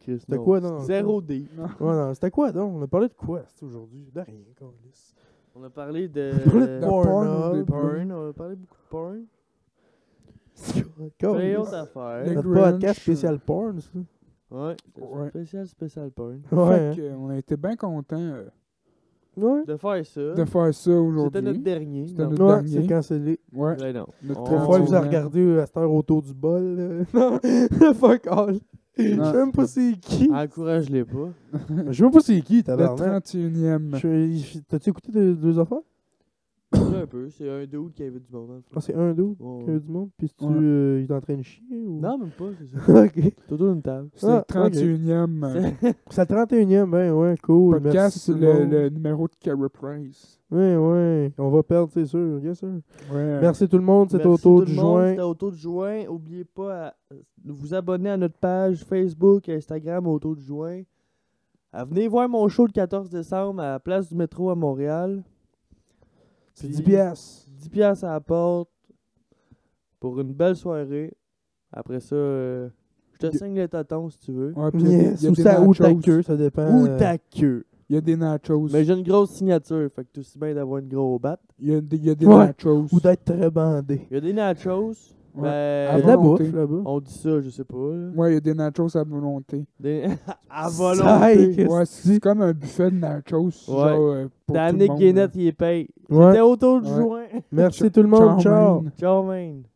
Speaker 2: C'était quoi, non?
Speaker 1: Zéro D.
Speaker 2: Ouais, non, c'était quoi, donc? On a parlé de quoi, c'est aujourd'hui? De rien, câlisse.
Speaker 1: On a parlé de.
Speaker 2: Parlé de
Speaker 1: euh,
Speaker 2: porn,
Speaker 3: de
Speaker 2: des porn.
Speaker 1: porn. On a parlé beaucoup de porn.
Speaker 2: Câlisse.
Speaker 1: Plein d'autres affaires.
Speaker 3: Le
Speaker 2: Notre
Speaker 3: Grinch.
Speaker 2: podcast spécial porn, ça.
Speaker 1: Ouais.
Speaker 3: Ouais.
Speaker 1: Spécial, spécial porn.
Speaker 2: Ouais.
Speaker 3: Fait que, euh, on a été bien contents euh,
Speaker 2: Ouais.
Speaker 1: De faire ça.
Speaker 3: de faire ça
Speaker 1: C'était notre
Speaker 3: aujourd'hui.
Speaker 1: dernier.
Speaker 3: C'était
Speaker 1: non.
Speaker 3: notre-
Speaker 2: Ouais,
Speaker 3: dernier.
Speaker 2: c'est cancellé.
Speaker 3: Ouais.
Speaker 1: Ouais, non.
Speaker 3: Notre
Speaker 2: Trois
Speaker 3: Ah,
Speaker 2: fois,
Speaker 3: tu
Speaker 2: il vous a
Speaker 3: vois.
Speaker 2: regardé euh, à cette heure autour du bol. euh, Non, fuck all. Je sais même pas c'est qui.
Speaker 1: Encourage-les pas.
Speaker 2: Je sais même pas c'est qui,
Speaker 3: Le
Speaker 2: tabarnak.
Speaker 3: 31e.
Speaker 2: Je suis- T'as-tu écouté deux, deux affaires?
Speaker 1: C'est un peu. C'est un dude qui avait du monde. dans le fond.
Speaker 2: Ah, c'est un d'autre
Speaker 1: Ouais,
Speaker 2: qu'il y a
Speaker 1: ouais.
Speaker 2: du monde, puis tu,
Speaker 3: Ouais.
Speaker 2: euh, il est en train de chier ou...
Speaker 1: Non, même pas. C'est ça.
Speaker 2: ok.
Speaker 1: Tout autour d'une table.
Speaker 3: C'est le
Speaker 2: Ah, ok.
Speaker 3: 31e euh,
Speaker 2: C'est le 31e, ben ouais, cool. merci
Speaker 3: podcast,
Speaker 2: tout
Speaker 3: le,
Speaker 2: monde.
Speaker 3: le numéro de Cara Price.
Speaker 2: Ouais, ouais, on va perdre, c'est sûr, yes sir.
Speaker 3: Ouais.
Speaker 2: Merci tout le monde, c'était
Speaker 1: Merci
Speaker 2: autour
Speaker 1: tout
Speaker 2: du
Speaker 1: le monde,
Speaker 2: joint.
Speaker 1: C'était autour du joint. N'oubliez pas à- de vous abonner à notre page Facebook, Instagram autour du joint. À venez voir mon show le 14 décembre à la place du métro à Montréal.
Speaker 2: C'est
Speaker 1: Puis-
Speaker 2: 10 piastres.
Speaker 1: 10 piastres à la porte pour une belle soirée. Après ça, euh, je te
Speaker 3: Deux.
Speaker 1: signe le taton si tu veux.
Speaker 3: Ouais, puis il y a-
Speaker 2: Yes,
Speaker 3: il y a
Speaker 2: ou,
Speaker 3: des
Speaker 2: ça, ou ta
Speaker 3: nachos.
Speaker 2: queue, ça dépend.
Speaker 1: Ou
Speaker 2: euh,
Speaker 1: ta queue.
Speaker 3: Il y a des nachos.
Speaker 1: Mais j'ai une grosse signature, fait que tout aussi bien d'avoir une grosse batte.
Speaker 3: Il y a des, il y a des
Speaker 2: Ouais.
Speaker 3: nachos.
Speaker 2: ou d'être très bandé.
Speaker 1: Il y a des nachos,
Speaker 3: Ouais.
Speaker 2: Il y
Speaker 1: ben,
Speaker 2: a de
Speaker 3: Ah
Speaker 2: la
Speaker 3: bon? volonté.
Speaker 2: bouffe là-bas.
Speaker 1: on dit ça, je sais pas. là.
Speaker 3: Ouais, il y a des nachos à volonté.
Speaker 1: Des... à
Speaker 2: Ça,
Speaker 1: volonté.
Speaker 2: hey, qu'est-ce
Speaker 3: Ouais,
Speaker 2: que
Speaker 3: c'est comme un buffet de nachos. Genre, euh, pour tout le
Speaker 1: Dominique
Speaker 3: monde,
Speaker 1: Guénette, il est payé.
Speaker 2: Ouais.
Speaker 1: T'es autour du
Speaker 3: Ouais.
Speaker 1: joint.
Speaker 2: Merci tout le monde,
Speaker 3: Ciao,
Speaker 2: ciao.
Speaker 3: man.
Speaker 1: Ciao, man.